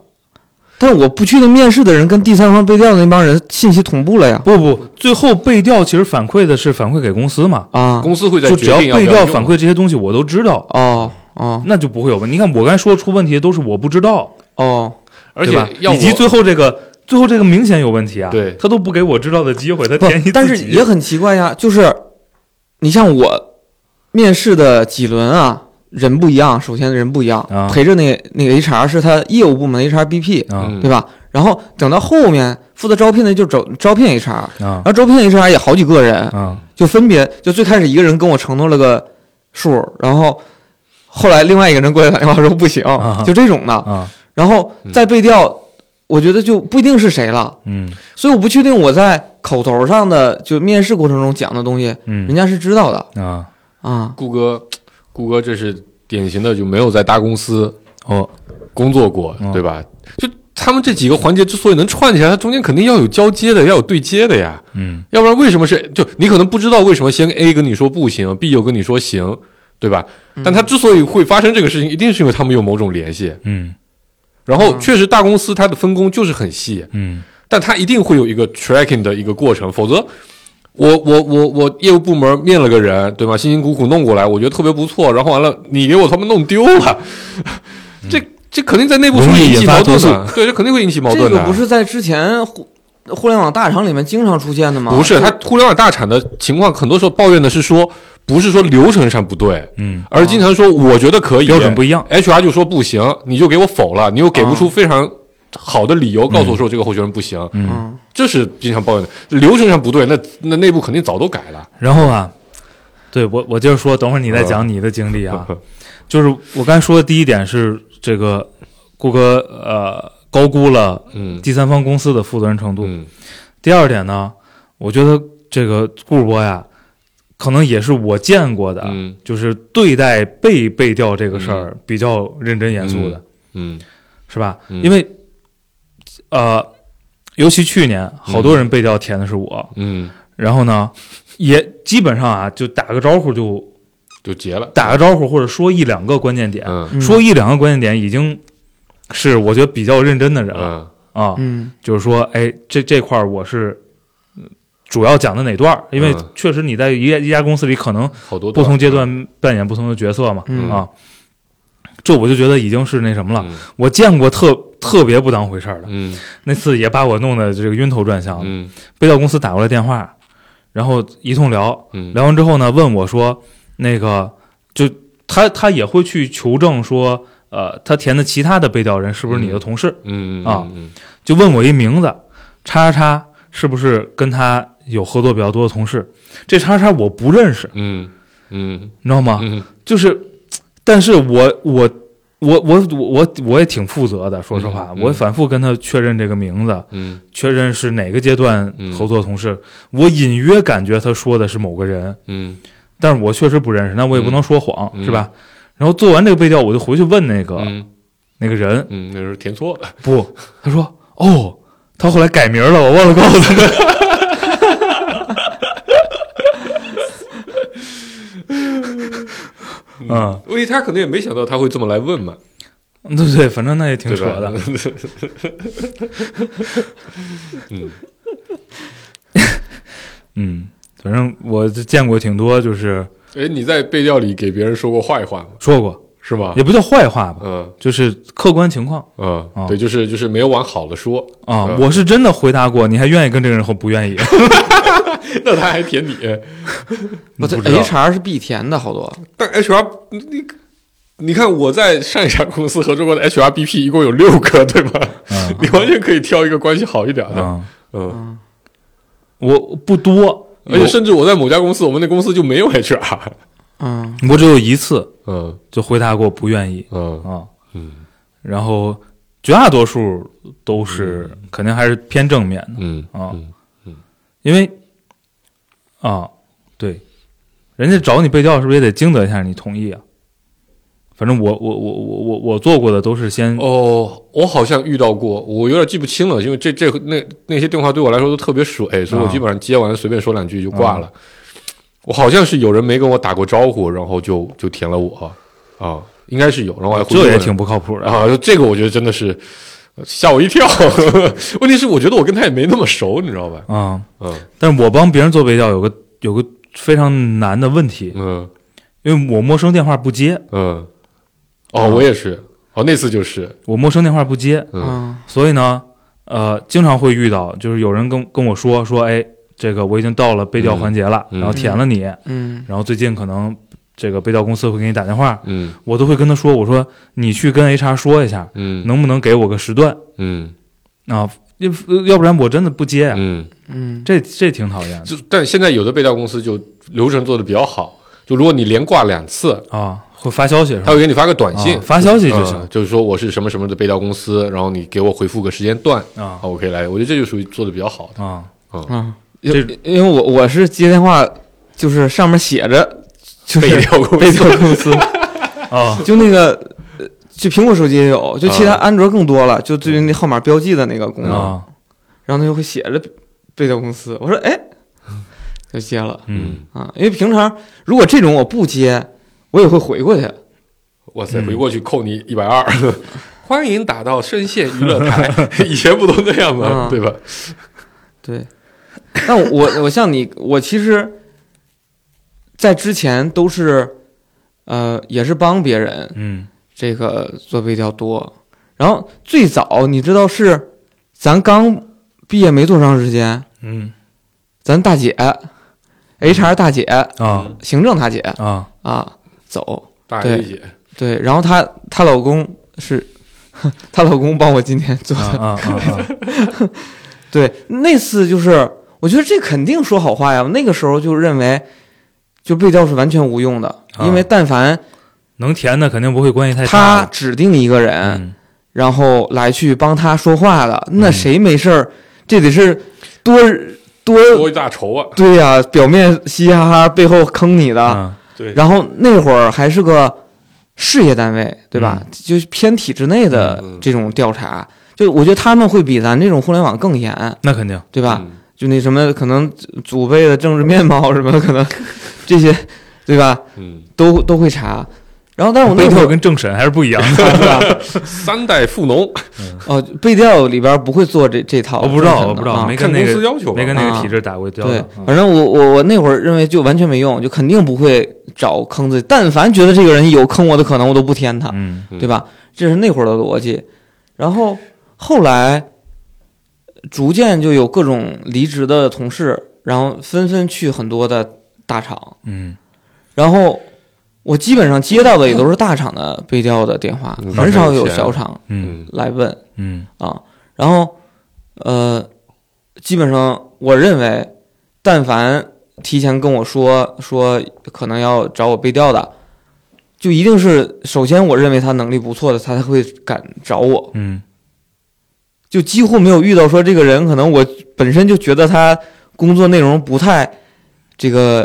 [SPEAKER 3] 但是我不去的面试的人跟第三方背调的那帮人信息同步了呀，
[SPEAKER 4] 不不，最后背调其实反馈的是反馈给公司嘛，
[SPEAKER 3] 啊，
[SPEAKER 5] 公司会在
[SPEAKER 4] 就只
[SPEAKER 5] 决
[SPEAKER 4] 要
[SPEAKER 5] 定要不
[SPEAKER 4] 背
[SPEAKER 5] 要
[SPEAKER 4] 调
[SPEAKER 5] 用
[SPEAKER 4] 反馈这些东西我都知道，
[SPEAKER 3] 哦哦
[SPEAKER 4] 那就不会有问题。你看我刚才说出问题的都是我不知道，
[SPEAKER 3] 哦，
[SPEAKER 5] 而
[SPEAKER 4] 对吧
[SPEAKER 5] 且要
[SPEAKER 4] 以及
[SPEAKER 5] 我
[SPEAKER 4] 最后这个最后这个明显有问题啊，
[SPEAKER 5] 对
[SPEAKER 4] 他都不给我知道的机会，他
[SPEAKER 3] 不
[SPEAKER 4] 填一自，
[SPEAKER 3] 但是
[SPEAKER 4] 己
[SPEAKER 3] 也很奇怪呀，就是你像我面试的几轮啊。人不一样，首先人不一样，
[SPEAKER 4] 啊
[SPEAKER 3] 陪着那那个 HR 是他业务部门的 HRBP，
[SPEAKER 4] 啊
[SPEAKER 5] 嗯
[SPEAKER 3] 对吧？然后等到后面负责招聘的就招招聘 HR，然
[SPEAKER 5] 嗯
[SPEAKER 4] 啊
[SPEAKER 3] 后招聘 HR 也好几个人，
[SPEAKER 4] 啊
[SPEAKER 3] 就分别就最开始一个人跟我承诺了个数，然后后来另外一个人过来打电话说不行
[SPEAKER 4] 啊，
[SPEAKER 3] 就这种的。
[SPEAKER 4] 啊
[SPEAKER 3] 然后再背调，我觉得就不一定是谁了，
[SPEAKER 4] 嗯
[SPEAKER 3] 所以我不确定我在口头上的就面试过程中讲的东西，人
[SPEAKER 4] 嗯
[SPEAKER 3] 家是知道的
[SPEAKER 4] 啊
[SPEAKER 3] 啊。
[SPEAKER 5] 顾哥，顾哥这是典型的就没有在大公司
[SPEAKER 4] 哦
[SPEAKER 5] 工作过，
[SPEAKER 4] 嗯
[SPEAKER 5] 对吧？就他们这几个环节之所以能串起来，它中间肯定要有交接的，要有对接的呀，
[SPEAKER 4] 嗯
[SPEAKER 5] 要不然为什么是就你可能不知道为什么先 A 跟你说不行，B 又跟你说行，对吧？
[SPEAKER 3] 嗯
[SPEAKER 5] 但他之所以会发生这个事情，一定是因为他们有某种联系。
[SPEAKER 4] 嗯
[SPEAKER 5] 然
[SPEAKER 3] 嗯
[SPEAKER 5] 后确实大公司它的分工就是很细，
[SPEAKER 4] 嗯
[SPEAKER 5] 但它一定会有一个 tracking 的一个过程，否则我我我我业务部门面了个人，对吗？辛辛苦苦弄过来，我觉得特别不错，然后完了你给我他们弄丢了，
[SPEAKER 3] 嗯
[SPEAKER 5] 这这肯定在内部
[SPEAKER 4] 容
[SPEAKER 5] 会
[SPEAKER 4] 易
[SPEAKER 5] 引起
[SPEAKER 4] 引发
[SPEAKER 5] 矛盾
[SPEAKER 4] 投
[SPEAKER 5] 的，对，这肯定会引起矛
[SPEAKER 3] 这
[SPEAKER 5] 盾
[SPEAKER 3] 个
[SPEAKER 5] 的。啊
[SPEAKER 3] 不是在之前互互联网大厂里面经常出现的吗？
[SPEAKER 5] 不是，它互联网大厂的情况，很多时候抱怨的是说，不是说流程上不对，
[SPEAKER 4] 嗯，
[SPEAKER 5] 而经常说我觉得可以，
[SPEAKER 4] 标准不一样。哦
[SPEAKER 5] HR 就说不行，你就给我否了，你又给不出非常好的理由，
[SPEAKER 4] 嗯
[SPEAKER 5] 告诉我说这个候选人不行，
[SPEAKER 3] 嗯
[SPEAKER 5] 这是经常抱怨的。流程上不对，那那内部肯定早都改了。
[SPEAKER 4] 然后啊，对我我接着说，等会儿你再讲你的经历啊。就是我刚才说的第一点是这个顾哥呃高估了
[SPEAKER 5] [laughs]
[SPEAKER 4] [laughs]
[SPEAKER 5] 嗯
[SPEAKER 4] 第三方公司的负责任程度。
[SPEAKER 5] 嗯
[SPEAKER 4] 第二点呢，我觉得这个顾波呀，可能也是我见过的，
[SPEAKER 5] 嗯
[SPEAKER 4] 就是对待被背调这个事儿比较认真严肃的，
[SPEAKER 5] 嗯
[SPEAKER 4] 是吧？
[SPEAKER 5] 嗯
[SPEAKER 4] 因为呃，尤其去年好多人背调填的是我，
[SPEAKER 5] 嗯
[SPEAKER 4] 然后呢，也基本上啊，就打个招呼就
[SPEAKER 5] 就结了。
[SPEAKER 4] 打个招呼或者说一两个关键点，
[SPEAKER 5] 嗯
[SPEAKER 3] 嗯
[SPEAKER 4] 说一两个关键点已经是我觉得比较认真的人了
[SPEAKER 5] 嗯
[SPEAKER 4] 啊。
[SPEAKER 3] 嗯
[SPEAKER 4] 就是说，哎，这这块儿我是嗯主要讲的哪段儿？因为
[SPEAKER 5] 嗯
[SPEAKER 4] 确实你在一家一家公司里可能
[SPEAKER 5] 好多
[SPEAKER 4] 不同阶
[SPEAKER 5] 段
[SPEAKER 4] 段扮演不同的角色嘛，
[SPEAKER 3] 嗯
[SPEAKER 4] 啊，这我就觉得已经是那什么了。
[SPEAKER 5] 嗯
[SPEAKER 4] 我见过特特别不当回事儿的，
[SPEAKER 5] 嗯
[SPEAKER 4] 那次也把我弄得这个晕头转向的。
[SPEAKER 5] 嗯
[SPEAKER 4] 被调公司打过来电话，然后一通聊，
[SPEAKER 5] 嗯，
[SPEAKER 4] 聊完之后呢，问我说，那个就他他也会去求证说，呃，他填的其他的被调人是不是你的同事？
[SPEAKER 5] 嗯嗯
[SPEAKER 4] 啊
[SPEAKER 5] 嗯
[SPEAKER 4] 就问我一名字，叉叉叉是不是跟他有合作比较多的同事？这叉叉我不认识，
[SPEAKER 5] 嗯嗯
[SPEAKER 4] 你知道吗？
[SPEAKER 5] 嗯
[SPEAKER 4] 就是，但是我我我我我我我也挺负责的，说实话，
[SPEAKER 5] 嗯嗯
[SPEAKER 4] 我反复跟他确认这个名字，
[SPEAKER 5] 嗯
[SPEAKER 4] 确认是哪个阶段
[SPEAKER 5] 嗯
[SPEAKER 4] 合作的同事。我隐约感觉他说的是某个人，
[SPEAKER 5] 嗯
[SPEAKER 4] 但是我确实不认识，那我也不能说谎，
[SPEAKER 5] 嗯
[SPEAKER 4] 是吧？然后做完这个背调，我就回去问那个、
[SPEAKER 5] 嗯
[SPEAKER 4] 那个人，
[SPEAKER 5] 嗯，那是填错了。 [laughs]
[SPEAKER 4] 不，他说哦，他后来改名了，我忘了告 [laughs] 诉他。嗯，
[SPEAKER 5] 因为他可能也没想到他会这么来
[SPEAKER 4] [laughs]
[SPEAKER 5] 问嘛，
[SPEAKER 4] 对不嗯对，反正那也挺
[SPEAKER 5] 对
[SPEAKER 4] 扯
[SPEAKER 5] 吧 [laughs]
[SPEAKER 4] 的。。
[SPEAKER 5] 嗯
[SPEAKER 4] 嗯，反正我就见过挺多，就是
[SPEAKER 5] 哎，你在背调里给别人说过坏话吗？
[SPEAKER 4] 说过，
[SPEAKER 5] 是吗
[SPEAKER 4] 也？不叫坏话吧，
[SPEAKER 5] 嗯
[SPEAKER 4] 就是客观情况
[SPEAKER 5] 嗯
[SPEAKER 4] 啊，
[SPEAKER 5] 对，就是就是没有往好了说 [laughs]
[SPEAKER 4] 啊。
[SPEAKER 5] 嗯
[SPEAKER 4] 我是真的回答过，你还愿意跟这个人或不
[SPEAKER 5] [laughs]
[SPEAKER 4] 愿意？
[SPEAKER 5] 那他还舔你，
[SPEAKER 3] 不，这
[SPEAKER 4] 不知道
[SPEAKER 3] HR 是必填的，好多
[SPEAKER 5] 但 HR 你你看我在上一家公司合作过的 HRBP 一共有六个，对吧？
[SPEAKER 4] 嗯
[SPEAKER 5] [laughs] 你完全可以挑一个关系好一点的，
[SPEAKER 4] 啊，
[SPEAKER 5] 嗯。
[SPEAKER 4] 我不多，
[SPEAKER 5] 而且甚至我在某家公司，我们那公司就没有 HR，
[SPEAKER 3] 嗯，
[SPEAKER 4] 我只有一次
[SPEAKER 5] [laughs] 嗯
[SPEAKER 4] 就回答过不愿意
[SPEAKER 5] 嗯
[SPEAKER 4] 啊，
[SPEAKER 5] 嗯
[SPEAKER 4] 然后绝大多数都是肯定还是偏正面的，
[SPEAKER 5] 嗯
[SPEAKER 4] 啊
[SPEAKER 5] 嗯
[SPEAKER 4] 因为啊，对，人家找你背调是不是也得经得一下你同意啊？反正我我我我我我做过的都是先
[SPEAKER 5] 哦，我好像遇到过，我有点记不清了，因为这这那那些电话对我来说都特别
[SPEAKER 4] 啊
[SPEAKER 5] 水，所以我基本上接完随便说两句就挂了。我好像是有人没跟我打过招呼，然后就就填了我啊，应该是有，然后我还回去
[SPEAKER 4] 这也
[SPEAKER 5] 问
[SPEAKER 4] 挺不靠谱的。
[SPEAKER 5] 啊，这个我觉得真的是吓我一跳。 [laughs] 问题是我觉得我跟他也没那么熟，你知道吧？
[SPEAKER 4] 啊，
[SPEAKER 5] 嗯
[SPEAKER 4] 但是我帮别人做背调有个有个非常难的问题，
[SPEAKER 5] 嗯
[SPEAKER 4] 因为我陌生电话不接，
[SPEAKER 5] 嗯，哦，我也是，哦，那次就是，
[SPEAKER 4] 我陌生电话不接，
[SPEAKER 5] 嗯
[SPEAKER 4] 所以呢，呃，经常会遇到，就是有人跟跟我说说，哎，这个我已经到了背调环节了，
[SPEAKER 5] 嗯嗯
[SPEAKER 4] 然后填了你，
[SPEAKER 3] 嗯
[SPEAKER 4] 然后最近可能这个背调公司会给你打电话，
[SPEAKER 5] 嗯
[SPEAKER 4] 我都会跟他说，我说你去跟 HR 说一下，
[SPEAKER 5] 嗯
[SPEAKER 4] 能不能给我个时段
[SPEAKER 5] 嗯
[SPEAKER 4] 啊？要要不然我真的不接啊，
[SPEAKER 5] 嗯。
[SPEAKER 3] 嗯
[SPEAKER 4] 这这挺讨厌的
[SPEAKER 5] 就但现在有的背调公司就流程做的比较好，就如果你连挂两次，
[SPEAKER 4] 啊，会发消息是
[SPEAKER 5] 他
[SPEAKER 4] 吧？
[SPEAKER 5] 会给你发个短信，
[SPEAKER 4] 啊发消息就
[SPEAKER 5] 嗯
[SPEAKER 4] 行
[SPEAKER 5] 就是说我是什么什么的背调公司，然后你给我回复个时间段，
[SPEAKER 4] 啊
[SPEAKER 5] 啊，我可以来。我觉得这就属于做的比较好的。
[SPEAKER 4] 啊，
[SPEAKER 3] 啊，因
[SPEAKER 4] 这
[SPEAKER 3] 因为我我是接电话，就是上面写着 [laughs] 就是
[SPEAKER 5] 背
[SPEAKER 3] [laughs]
[SPEAKER 5] 调公
[SPEAKER 3] 被
[SPEAKER 5] 司
[SPEAKER 3] 调公司，
[SPEAKER 4] 啊
[SPEAKER 3] 就那个呃就苹果手机也有，就其他
[SPEAKER 5] 啊
[SPEAKER 3] 安卓更多了，就对于那号码标记的那个功能，
[SPEAKER 4] 啊，
[SPEAKER 3] 然后他就会写着被调公司，我说哎，就接了
[SPEAKER 4] 嗯，
[SPEAKER 3] 啊，因为平常如果这种我不接，我也会回过去，
[SPEAKER 5] 哇塞，
[SPEAKER 4] 嗯
[SPEAKER 5] 回过去扣你一
[SPEAKER 4] [laughs]
[SPEAKER 5] 百二。欢迎打到深陷娱乐台， [laughs] 以前不都那样
[SPEAKER 3] 嗯
[SPEAKER 5] 吗？对吧？
[SPEAKER 3] 对，但我 [laughs] 我像你，我其实，在之前都是，呃，也是帮别人
[SPEAKER 4] 嗯
[SPEAKER 3] 这个做背调多。然后最早你知道是，咱刚毕业没多长时间，
[SPEAKER 4] 嗯
[SPEAKER 3] 咱大姐，HR 大姐，
[SPEAKER 4] 啊
[SPEAKER 3] 行政大姐
[SPEAKER 4] 啊
[SPEAKER 3] 啊走，
[SPEAKER 5] 大
[SPEAKER 3] 对
[SPEAKER 5] A 姐，
[SPEAKER 3] 对，然后她她老公是，她老公帮我今天做
[SPEAKER 4] 啊
[SPEAKER 3] 的，
[SPEAKER 4] 啊啊，
[SPEAKER 3] 对，那次就是，我觉得这肯定说好话呀。那个时候就认为，就背调是完全无用的，
[SPEAKER 4] 啊
[SPEAKER 3] 因为但凡
[SPEAKER 4] 能填的肯定不会关系太差
[SPEAKER 3] 他
[SPEAKER 4] 了。
[SPEAKER 3] 指定一个人，
[SPEAKER 4] 嗯
[SPEAKER 3] 然后来去帮他说话的，那
[SPEAKER 4] 嗯
[SPEAKER 3] 谁没事儿？这得是多多
[SPEAKER 5] 多一大仇啊！
[SPEAKER 3] 对呀、表面嘻嘻哈哈，背后坑你的。
[SPEAKER 4] 啊
[SPEAKER 5] 对，
[SPEAKER 3] 然后那会儿还是个事业单位，对吧？
[SPEAKER 4] 嗯
[SPEAKER 3] 就是偏体制内的
[SPEAKER 5] 嗯嗯
[SPEAKER 3] 这种调查，就我觉得他们会比咱这种互联网更严，
[SPEAKER 4] 那肯定，
[SPEAKER 3] 对吧？
[SPEAKER 5] 嗯？
[SPEAKER 3] 就那
[SPEAKER 4] [laughs]
[SPEAKER 3] 什么，可能祖辈的政治面貌什么，可能这些，对吧？
[SPEAKER 5] 嗯，
[SPEAKER 3] 都都会查。然后，但是我那
[SPEAKER 4] 背
[SPEAKER 3] 会
[SPEAKER 4] 调
[SPEAKER 3] 儿
[SPEAKER 4] 跟政审还是不一样的。
[SPEAKER 5] 三代富农，
[SPEAKER 3] 哦，背调里边不会做这这套，
[SPEAKER 4] 我不知道，
[SPEAKER 3] 真的
[SPEAKER 4] 我不知道，
[SPEAKER 3] 啊
[SPEAKER 4] 没跟
[SPEAKER 5] 看
[SPEAKER 4] 那
[SPEAKER 5] 公司
[SPEAKER 4] 个
[SPEAKER 5] 要求吧
[SPEAKER 4] 没跟那
[SPEAKER 3] 啊
[SPEAKER 4] 个体制打过交道。
[SPEAKER 3] 对，
[SPEAKER 4] 嗯
[SPEAKER 3] 反正我我我那会儿认为就完全没用，就肯定不会找坑自己。但凡觉得这个人有坑我的可能，我都不添他，
[SPEAKER 4] 嗯
[SPEAKER 5] 嗯
[SPEAKER 3] 对吧？这是那会儿的逻辑。然后后来逐渐就有各种离职的同事，然后纷纷去很多的大厂，
[SPEAKER 4] 嗯，
[SPEAKER 3] 然后我基本上接到的也都是大厂的背调的电话
[SPEAKER 5] 嗯，
[SPEAKER 3] 很少有小厂
[SPEAKER 4] 嗯
[SPEAKER 3] 来问。
[SPEAKER 4] 嗯
[SPEAKER 3] 啊，然后呃，基本上我认为，但凡提前跟我说说可能要找我背调的，就一定是首先我认为他能力不错的，他才会敢找我。
[SPEAKER 4] 嗯
[SPEAKER 3] 就几乎没有遇到说这个人可能我本身就觉得他工作内容不太这个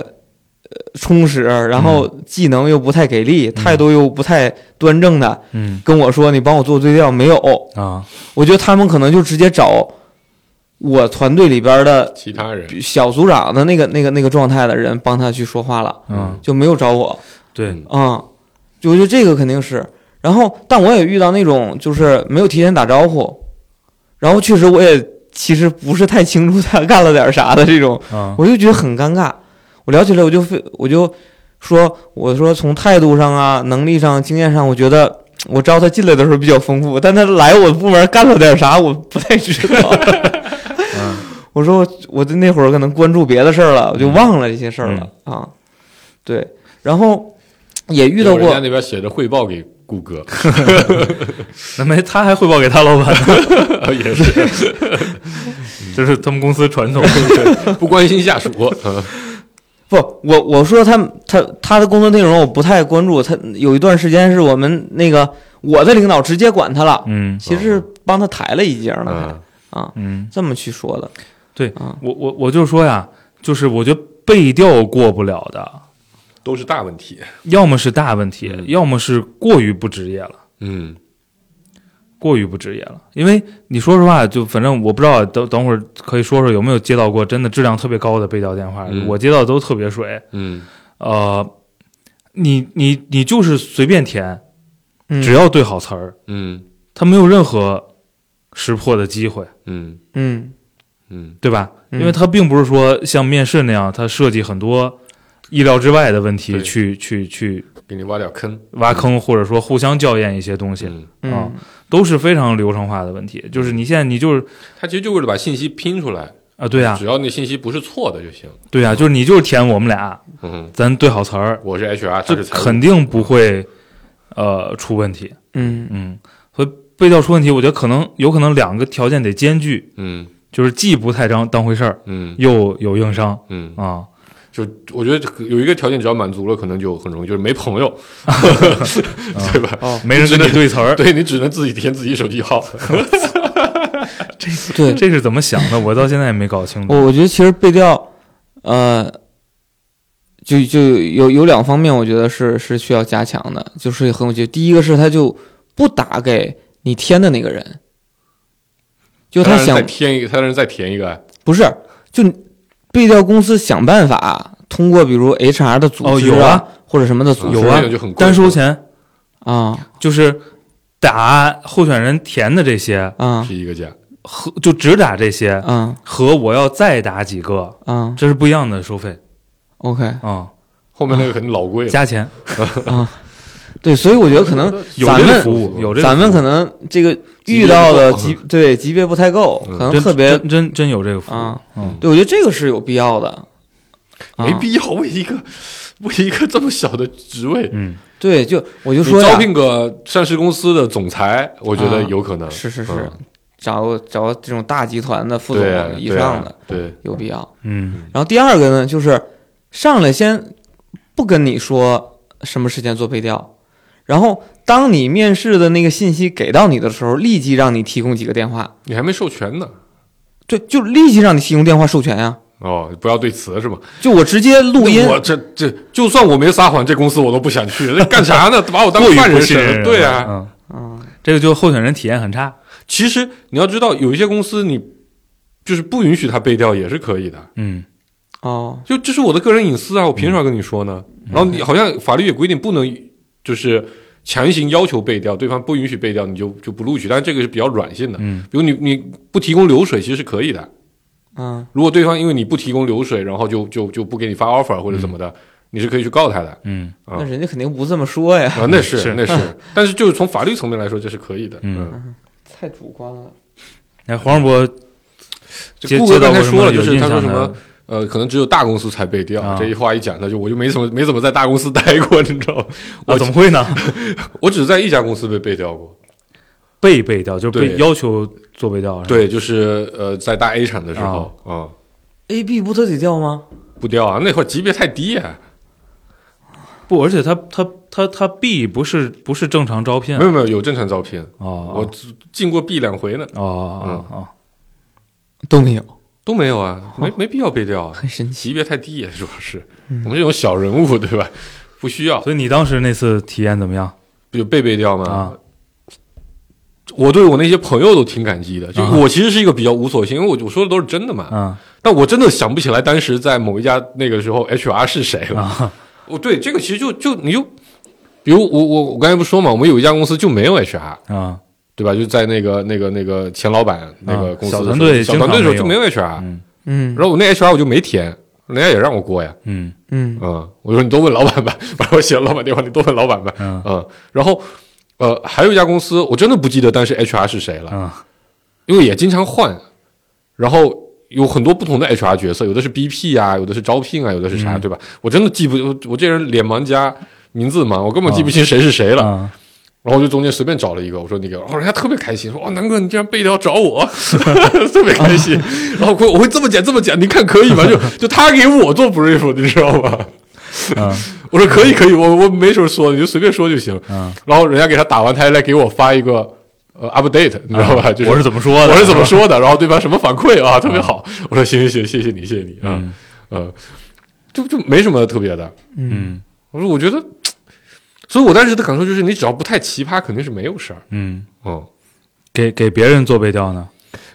[SPEAKER 3] 呃充实，然后技能又不太给力，态度又不太端正的，
[SPEAKER 4] 嗯
[SPEAKER 3] 跟我说你帮我做对调没有？
[SPEAKER 4] 啊，
[SPEAKER 3] 我觉得他们可能就直接找我团队里边的
[SPEAKER 5] 其他人
[SPEAKER 3] 小组长的那个那个那个状态的人帮他去说话了，
[SPEAKER 4] 嗯，
[SPEAKER 3] 就没有找我
[SPEAKER 4] 对，
[SPEAKER 5] 嗯
[SPEAKER 3] 啊、嗯。就我觉得这个肯定是。然后，但我也遇到那种就是没有提前打招呼，然后确实我也其实不是太清楚他干了点啥的这种，
[SPEAKER 5] 嗯
[SPEAKER 4] 啊，
[SPEAKER 3] 我就觉得很尴尬。我聊起来我就非我就说我说从态度上啊、能力上、经验上，我觉得我招他进来的时候比较丰富，但他来我部门干了点啥，我不太知道。
[SPEAKER 5] 嗯
[SPEAKER 3] [laughs] 我说我我的那会儿可能关注别的事儿了，我就忘了这些事儿了、
[SPEAKER 5] 嗯
[SPEAKER 3] 啊。对，然后也遇到
[SPEAKER 5] 人
[SPEAKER 3] 过
[SPEAKER 5] 家那边写着汇报给谷歌，
[SPEAKER 4] 那没他还汇报给他老板，
[SPEAKER 5] 也是
[SPEAKER 4] [laughs] 这是他们公司传统。
[SPEAKER 5] 不关心下属，嗯
[SPEAKER 3] 不，我我说他他他的工作内容我不太关注，他有一段时间是我们那个我的领导直接管他了，
[SPEAKER 4] 嗯
[SPEAKER 3] 其实是帮他抬了一截儿呢。还
[SPEAKER 5] 嗯
[SPEAKER 3] 啊，
[SPEAKER 4] 嗯，
[SPEAKER 3] 这么去说的。
[SPEAKER 4] 对
[SPEAKER 3] 啊，
[SPEAKER 4] 我我我就说呀，就是我觉得背调过不了的，
[SPEAKER 5] 都是大问题。
[SPEAKER 4] 要么是大问题，
[SPEAKER 5] 嗯
[SPEAKER 4] 要么是过于不职业了。
[SPEAKER 5] 嗯，
[SPEAKER 4] 过于不职业了。因为你说实话，就反正我不知道，等等会儿可以说说有没有接到过真的质量特别高的背调电话，
[SPEAKER 5] 嗯
[SPEAKER 4] 我接到都特别水。
[SPEAKER 5] 嗯，
[SPEAKER 4] 呃，你你你就是随便填，
[SPEAKER 3] 嗯
[SPEAKER 4] 只要对好词儿，
[SPEAKER 5] 嗯，
[SPEAKER 4] 他没有任何识破的机会，
[SPEAKER 5] 嗯，
[SPEAKER 3] 嗯
[SPEAKER 5] 嗯，
[SPEAKER 4] 对吧？
[SPEAKER 3] 嗯
[SPEAKER 4] 因为他并不是说像面试那样，他设计很多意料之外的问题
[SPEAKER 5] 对
[SPEAKER 4] 去去去
[SPEAKER 5] 给你挖点坑。
[SPEAKER 4] 挖坑，或者说互相校验一些东西，
[SPEAKER 5] 嗯，
[SPEAKER 3] 嗯
[SPEAKER 4] 啊都是非常流程化的问题。就是你现在你就是
[SPEAKER 5] 他其实就为了把信息拼出来，
[SPEAKER 4] 啊，对呀、
[SPEAKER 5] 只要那信息不是错的就行。
[SPEAKER 4] 对呀、就是你就是填我们俩，
[SPEAKER 5] 嗯，
[SPEAKER 4] 咱对好词儿，
[SPEAKER 5] 我是 HR，他
[SPEAKER 4] 这
[SPEAKER 5] 是财务
[SPEAKER 4] 肯定不会呃出问题。
[SPEAKER 3] 嗯
[SPEAKER 4] 嗯，所以背调出问题，我觉得可能有可能两个条件得兼具，
[SPEAKER 5] 嗯
[SPEAKER 4] 就是既不太当当回事儿，
[SPEAKER 5] 嗯
[SPEAKER 4] 又有硬伤
[SPEAKER 5] 嗯，
[SPEAKER 4] 啊。
[SPEAKER 5] 就我觉得有一个条件只要满足了，可能就很容易，就是没朋友，对吧？
[SPEAKER 3] 哦，
[SPEAKER 4] 没人跟你对词儿，
[SPEAKER 5] 对你只能自己填自己手机号。
[SPEAKER 3] 对，
[SPEAKER 4] 这是怎么想的？我到现在也没搞清楚。
[SPEAKER 3] 我我觉得其实背调，呃，就就有有两方面，我觉得是是需要加强的，就是很有趣。第一个是他就不打给你填的那个人，就他
[SPEAKER 5] 让人
[SPEAKER 3] 想
[SPEAKER 5] 再填一个，他让人再填一个，
[SPEAKER 3] 不是就背调公司想办法通过比如 HR 的组
[SPEAKER 4] 哦
[SPEAKER 3] 织
[SPEAKER 4] 有啊
[SPEAKER 3] 或者什么的组
[SPEAKER 5] 嗯
[SPEAKER 3] 织
[SPEAKER 4] 有啊
[SPEAKER 5] 那个就很贵
[SPEAKER 4] 单收钱
[SPEAKER 3] 啊
[SPEAKER 4] 就是打候选人填的这些
[SPEAKER 3] 啊
[SPEAKER 5] 是一个价。
[SPEAKER 4] 和就只打这些
[SPEAKER 3] 啊
[SPEAKER 4] 和我要再打几个，
[SPEAKER 3] 啊
[SPEAKER 4] 这是不一样的收费
[SPEAKER 3] ，OK
[SPEAKER 4] 啊，
[SPEAKER 5] 后面那个肯定老贵了，
[SPEAKER 4] 加钱
[SPEAKER 3] 啊，对，所以我觉得可能
[SPEAKER 4] 有
[SPEAKER 3] 咱
[SPEAKER 4] 这
[SPEAKER 3] 们
[SPEAKER 4] 个服务，有这个
[SPEAKER 3] 咱们
[SPEAKER 4] 服
[SPEAKER 3] 可
[SPEAKER 4] 务
[SPEAKER 3] 能这个
[SPEAKER 5] 级别
[SPEAKER 3] 遇到
[SPEAKER 5] 不
[SPEAKER 3] 的
[SPEAKER 5] 够啊
[SPEAKER 3] 级对级别不太够，
[SPEAKER 5] 嗯
[SPEAKER 3] 可能
[SPEAKER 4] 真
[SPEAKER 3] 特别
[SPEAKER 4] 真真真有这个服务
[SPEAKER 3] 啊，
[SPEAKER 4] 嗯
[SPEAKER 3] 对，我觉得这个是有必要的，啊
[SPEAKER 5] 没必要 [laughs] 为一个为一个这么小的职位，
[SPEAKER 4] 嗯。
[SPEAKER 3] 对，就我就
[SPEAKER 5] 你
[SPEAKER 3] 说呀
[SPEAKER 5] 招，聘个上市公司的总裁，我觉得
[SPEAKER 3] 啊
[SPEAKER 5] 有可能。
[SPEAKER 3] 是是是
[SPEAKER 5] 嗯，
[SPEAKER 3] 找找这种大集团的副
[SPEAKER 5] 对啊
[SPEAKER 3] 总以上的，
[SPEAKER 5] 对啊
[SPEAKER 3] 有必要。
[SPEAKER 4] 嗯
[SPEAKER 3] 然后第二个呢，就是上来先不跟你说什么时间做背调，然后当你面试的那个信息给到你的时候，立即让你提供几个电话，
[SPEAKER 5] 对，你还没授权呢。
[SPEAKER 3] 对，就立即让你提供电话授权呀、
[SPEAKER 5] 哦，不要对词是吧？
[SPEAKER 3] 就我直接录音
[SPEAKER 5] 那，我这这，就算我没撒谎，这公司我都不想去。那干啥呢？ [laughs] 把我当犯人审了？对啊，
[SPEAKER 4] 啊，嗯，这个就候选人体验很差，
[SPEAKER 5] 其实你要知道，有一些公司你就是不允许他背调也是可以的。
[SPEAKER 4] 嗯
[SPEAKER 3] 哦，
[SPEAKER 5] 就这是我的个人隐私啊，我凭啥跟你说呢？然后你好像法律也规定不能就是强行要求背调，对方不允许背调，你就就不录取。但是这个是比较软性的，
[SPEAKER 4] 嗯，
[SPEAKER 5] 比如你你不提供流水其实是可以的。
[SPEAKER 3] 嗯
[SPEAKER 5] 如果对方因为你不提供流水，然后就就就不给你发 offer 或者怎么的，你是可以去告他的
[SPEAKER 4] 嗯
[SPEAKER 5] 啊
[SPEAKER 3] 那人家肯定不这么说呀，
[SPEAKER 5] 啊，那是
[SPEAKER 4] 是
[SPEAKER 5] 那是，但是就是从法律层面来说，这是可以的。
[SPEAKER 4] 嗯
[SPEAKER 5] 嗯，
[SPEAKER 3] [laughs] 太主观了。
[SPEAKER 4] 哎，黄世博
[SPEAKER 5] 这
[SPEAKER 4] 接
[SPEAKER 5] 顾
[SPEAKER 4] 接
[SPEAKER 5] 哥
[SPEAKER 4] 到
[SPEAKER 5] 刚才
[SPEAKER 4] 过什
[SPEAKER 5] 说
[SPEAKER 4] 么
[SPEAKER 5] 了，就
[SPEAKER 4] 有
[SPEAKER 5] 是
[SPEAKER 4] 印
[SPEAKER 5] 他说
[SPEAKER 4] 象
[SPEAKER 5] 什么
[SPEAKER 4] 的？
[SPEAKER 5] 呃，可能只有大公司才被调。
[SPEAKER 4] 啊
[SPEAKER 5] 这一话一讲，他就我就没怎么没怎么在大公司待过，你知道吗？
[SPEAKER 4] 啊，
[SPEAKER 5] 我
[SPEAKER 4] 怎么会呢？
[SPEAKER 5] 我只在一家公司被被调过，
[SPEAKER 4] 被背调就是被
[SPEAKER 5] 对
[SPEAKER 4] 要求做背调，是吧，
[SPEAKER 5] 对，就是呃，在大 A 厂的时候
[SPEAKER 4] 哦
[SPEAKER 5] 啊、嗯
[SPEAKER 3] A B 不都得调吗？
[SPEAKER 5] 不调啊，那会儿级别太低啊，
[SPEAKER 4] 不，而且他他他他 B 不是不是正常招聘啊
[SPEAKER 5] 没有没有有正常招聘，我
[SPEAKER 4] 嗯哦
[SPEAKER 5] 进过 B 两回呢，
[SPEAKER 4] 哦哦哦
[SPEAKER 3] 都没有，
[SPEAKER 5] 都没有啊，没没必要被调啊，
[SPEAKER 3] 很神奇。
[SPEAKER 5] 级别太低啊， [laughs] 主要是我们这种小人物对吧？不需要
[SPEAKER 4] 嗯哦，，所以你当时那次体验怎么样
[SPEAKER 5] 有被被调吗？
[SPEAKER 4] 啊？
[SPEAKER 5] 我对我那些朋友都挺感激的，就
[SPEAKER 4] 啊
[SPEAKER 5] 我其实是一个比较无所性，因为我我说的都是真的嘛，
[SPEAKER 4] 嗯
[SPEAKER 5] 但我真的想不起来当时在某一家那个时候 HR 是谁了。
[SPEAKER 4] 啊
[SPEAKER 5] 哦，对，这个其实就就你就，比如我我我刚才不说嘛，我们有一家公司就没有 HR，
[SPEAKER 4] 啊
[SPEAKER 5] 对吧？就在那个那个那个前老板那个公司的时候、
[SPEAKER 4] 小团队
[SPEAKER 5] 小团队的时候
[SPEAKER 4] 经
[SPEAKER 5] 就
[SPEAKER 4] 常
[SPEAKER 5] 没
[SPEAKER 4] 没
[SPEAKER 5] 有 HR，、
[SPEAKER 4] 嗯
[SPEAKER 3] 嗯
[SPEAKER 5] 然后我那 HR 我就没填，人家也让我过呀，
[SPEAKER 4] 嗯
[SPEAKER 3] 嗯
[SPEAKER 5] 嗯，我说你多问老板吧， [laughs] 把我写了老板电话，你多问老板吧，
[SPEAKER 4] 嗯
[SPEAKER 5] 嗯，然后呃还有一家公司，我真的不记得当时 HR 是谁了，
[SPEAKER 4] 嗯
[SPEAKER 5] 因为也经常换，然后有很多不同的 HR 角色，有的是 BP 啊，有的是招聘啊，有的是啥，
[SPEAKER 4] 嗯
[SPEAKER 5] 对吧？我真的记不，我我这人脸盲加名字盲，我根本
[SPEAKER 4] 嗯
[SPEAKER 5] 记不清谁是谁了。
[SPEAKER 4] 啊
[SPEAKER 5] 然后我就中间随便找了一个，我说你给我，哦人家特别开心，说哇，南哥你竟然背调找我， [laughs] 特别开心。
[SPEAKER 4] 嗯
[SPEAKER 5] 然后我会我会这么讲这么讲，你看可以
[SPEAKER 4] [laughs]
[SPEAKER 5] 吗？就就他给我做 brief，你知道吗？
[SPEAKER 4] 嗯
[SPEAKER 5] [laughs] 我说可以可以，我我没什么说，你就随便说就行。
[SPEAKER 4] 嗯，
[SPEAKER 5] 然后人家给他打完，他还来给我发一个呃 update，你知道吧？就是
[SPEAKER 4] 啊嗯我是怎么说的？
[SPEAKER 5] 我是怎么说的，然后对方什么反馈啊，特别好。我说行行行，谢谢你，谢谢你啊，
[SPEAKER 4] 嗯
[SPEAKER 5] 呃，就就没什么特别的。
[SPEAKER 4] 嗯
[SPEAKER 5] 我说我觉得，所以我当时的感受就是，你只要不太奇葩，肯定是没有事儿。
[SPEAKER 4] 嗯，
[SPEAKER 5] 嗯，
[SPEAKER 4] 给给别人做背调呢？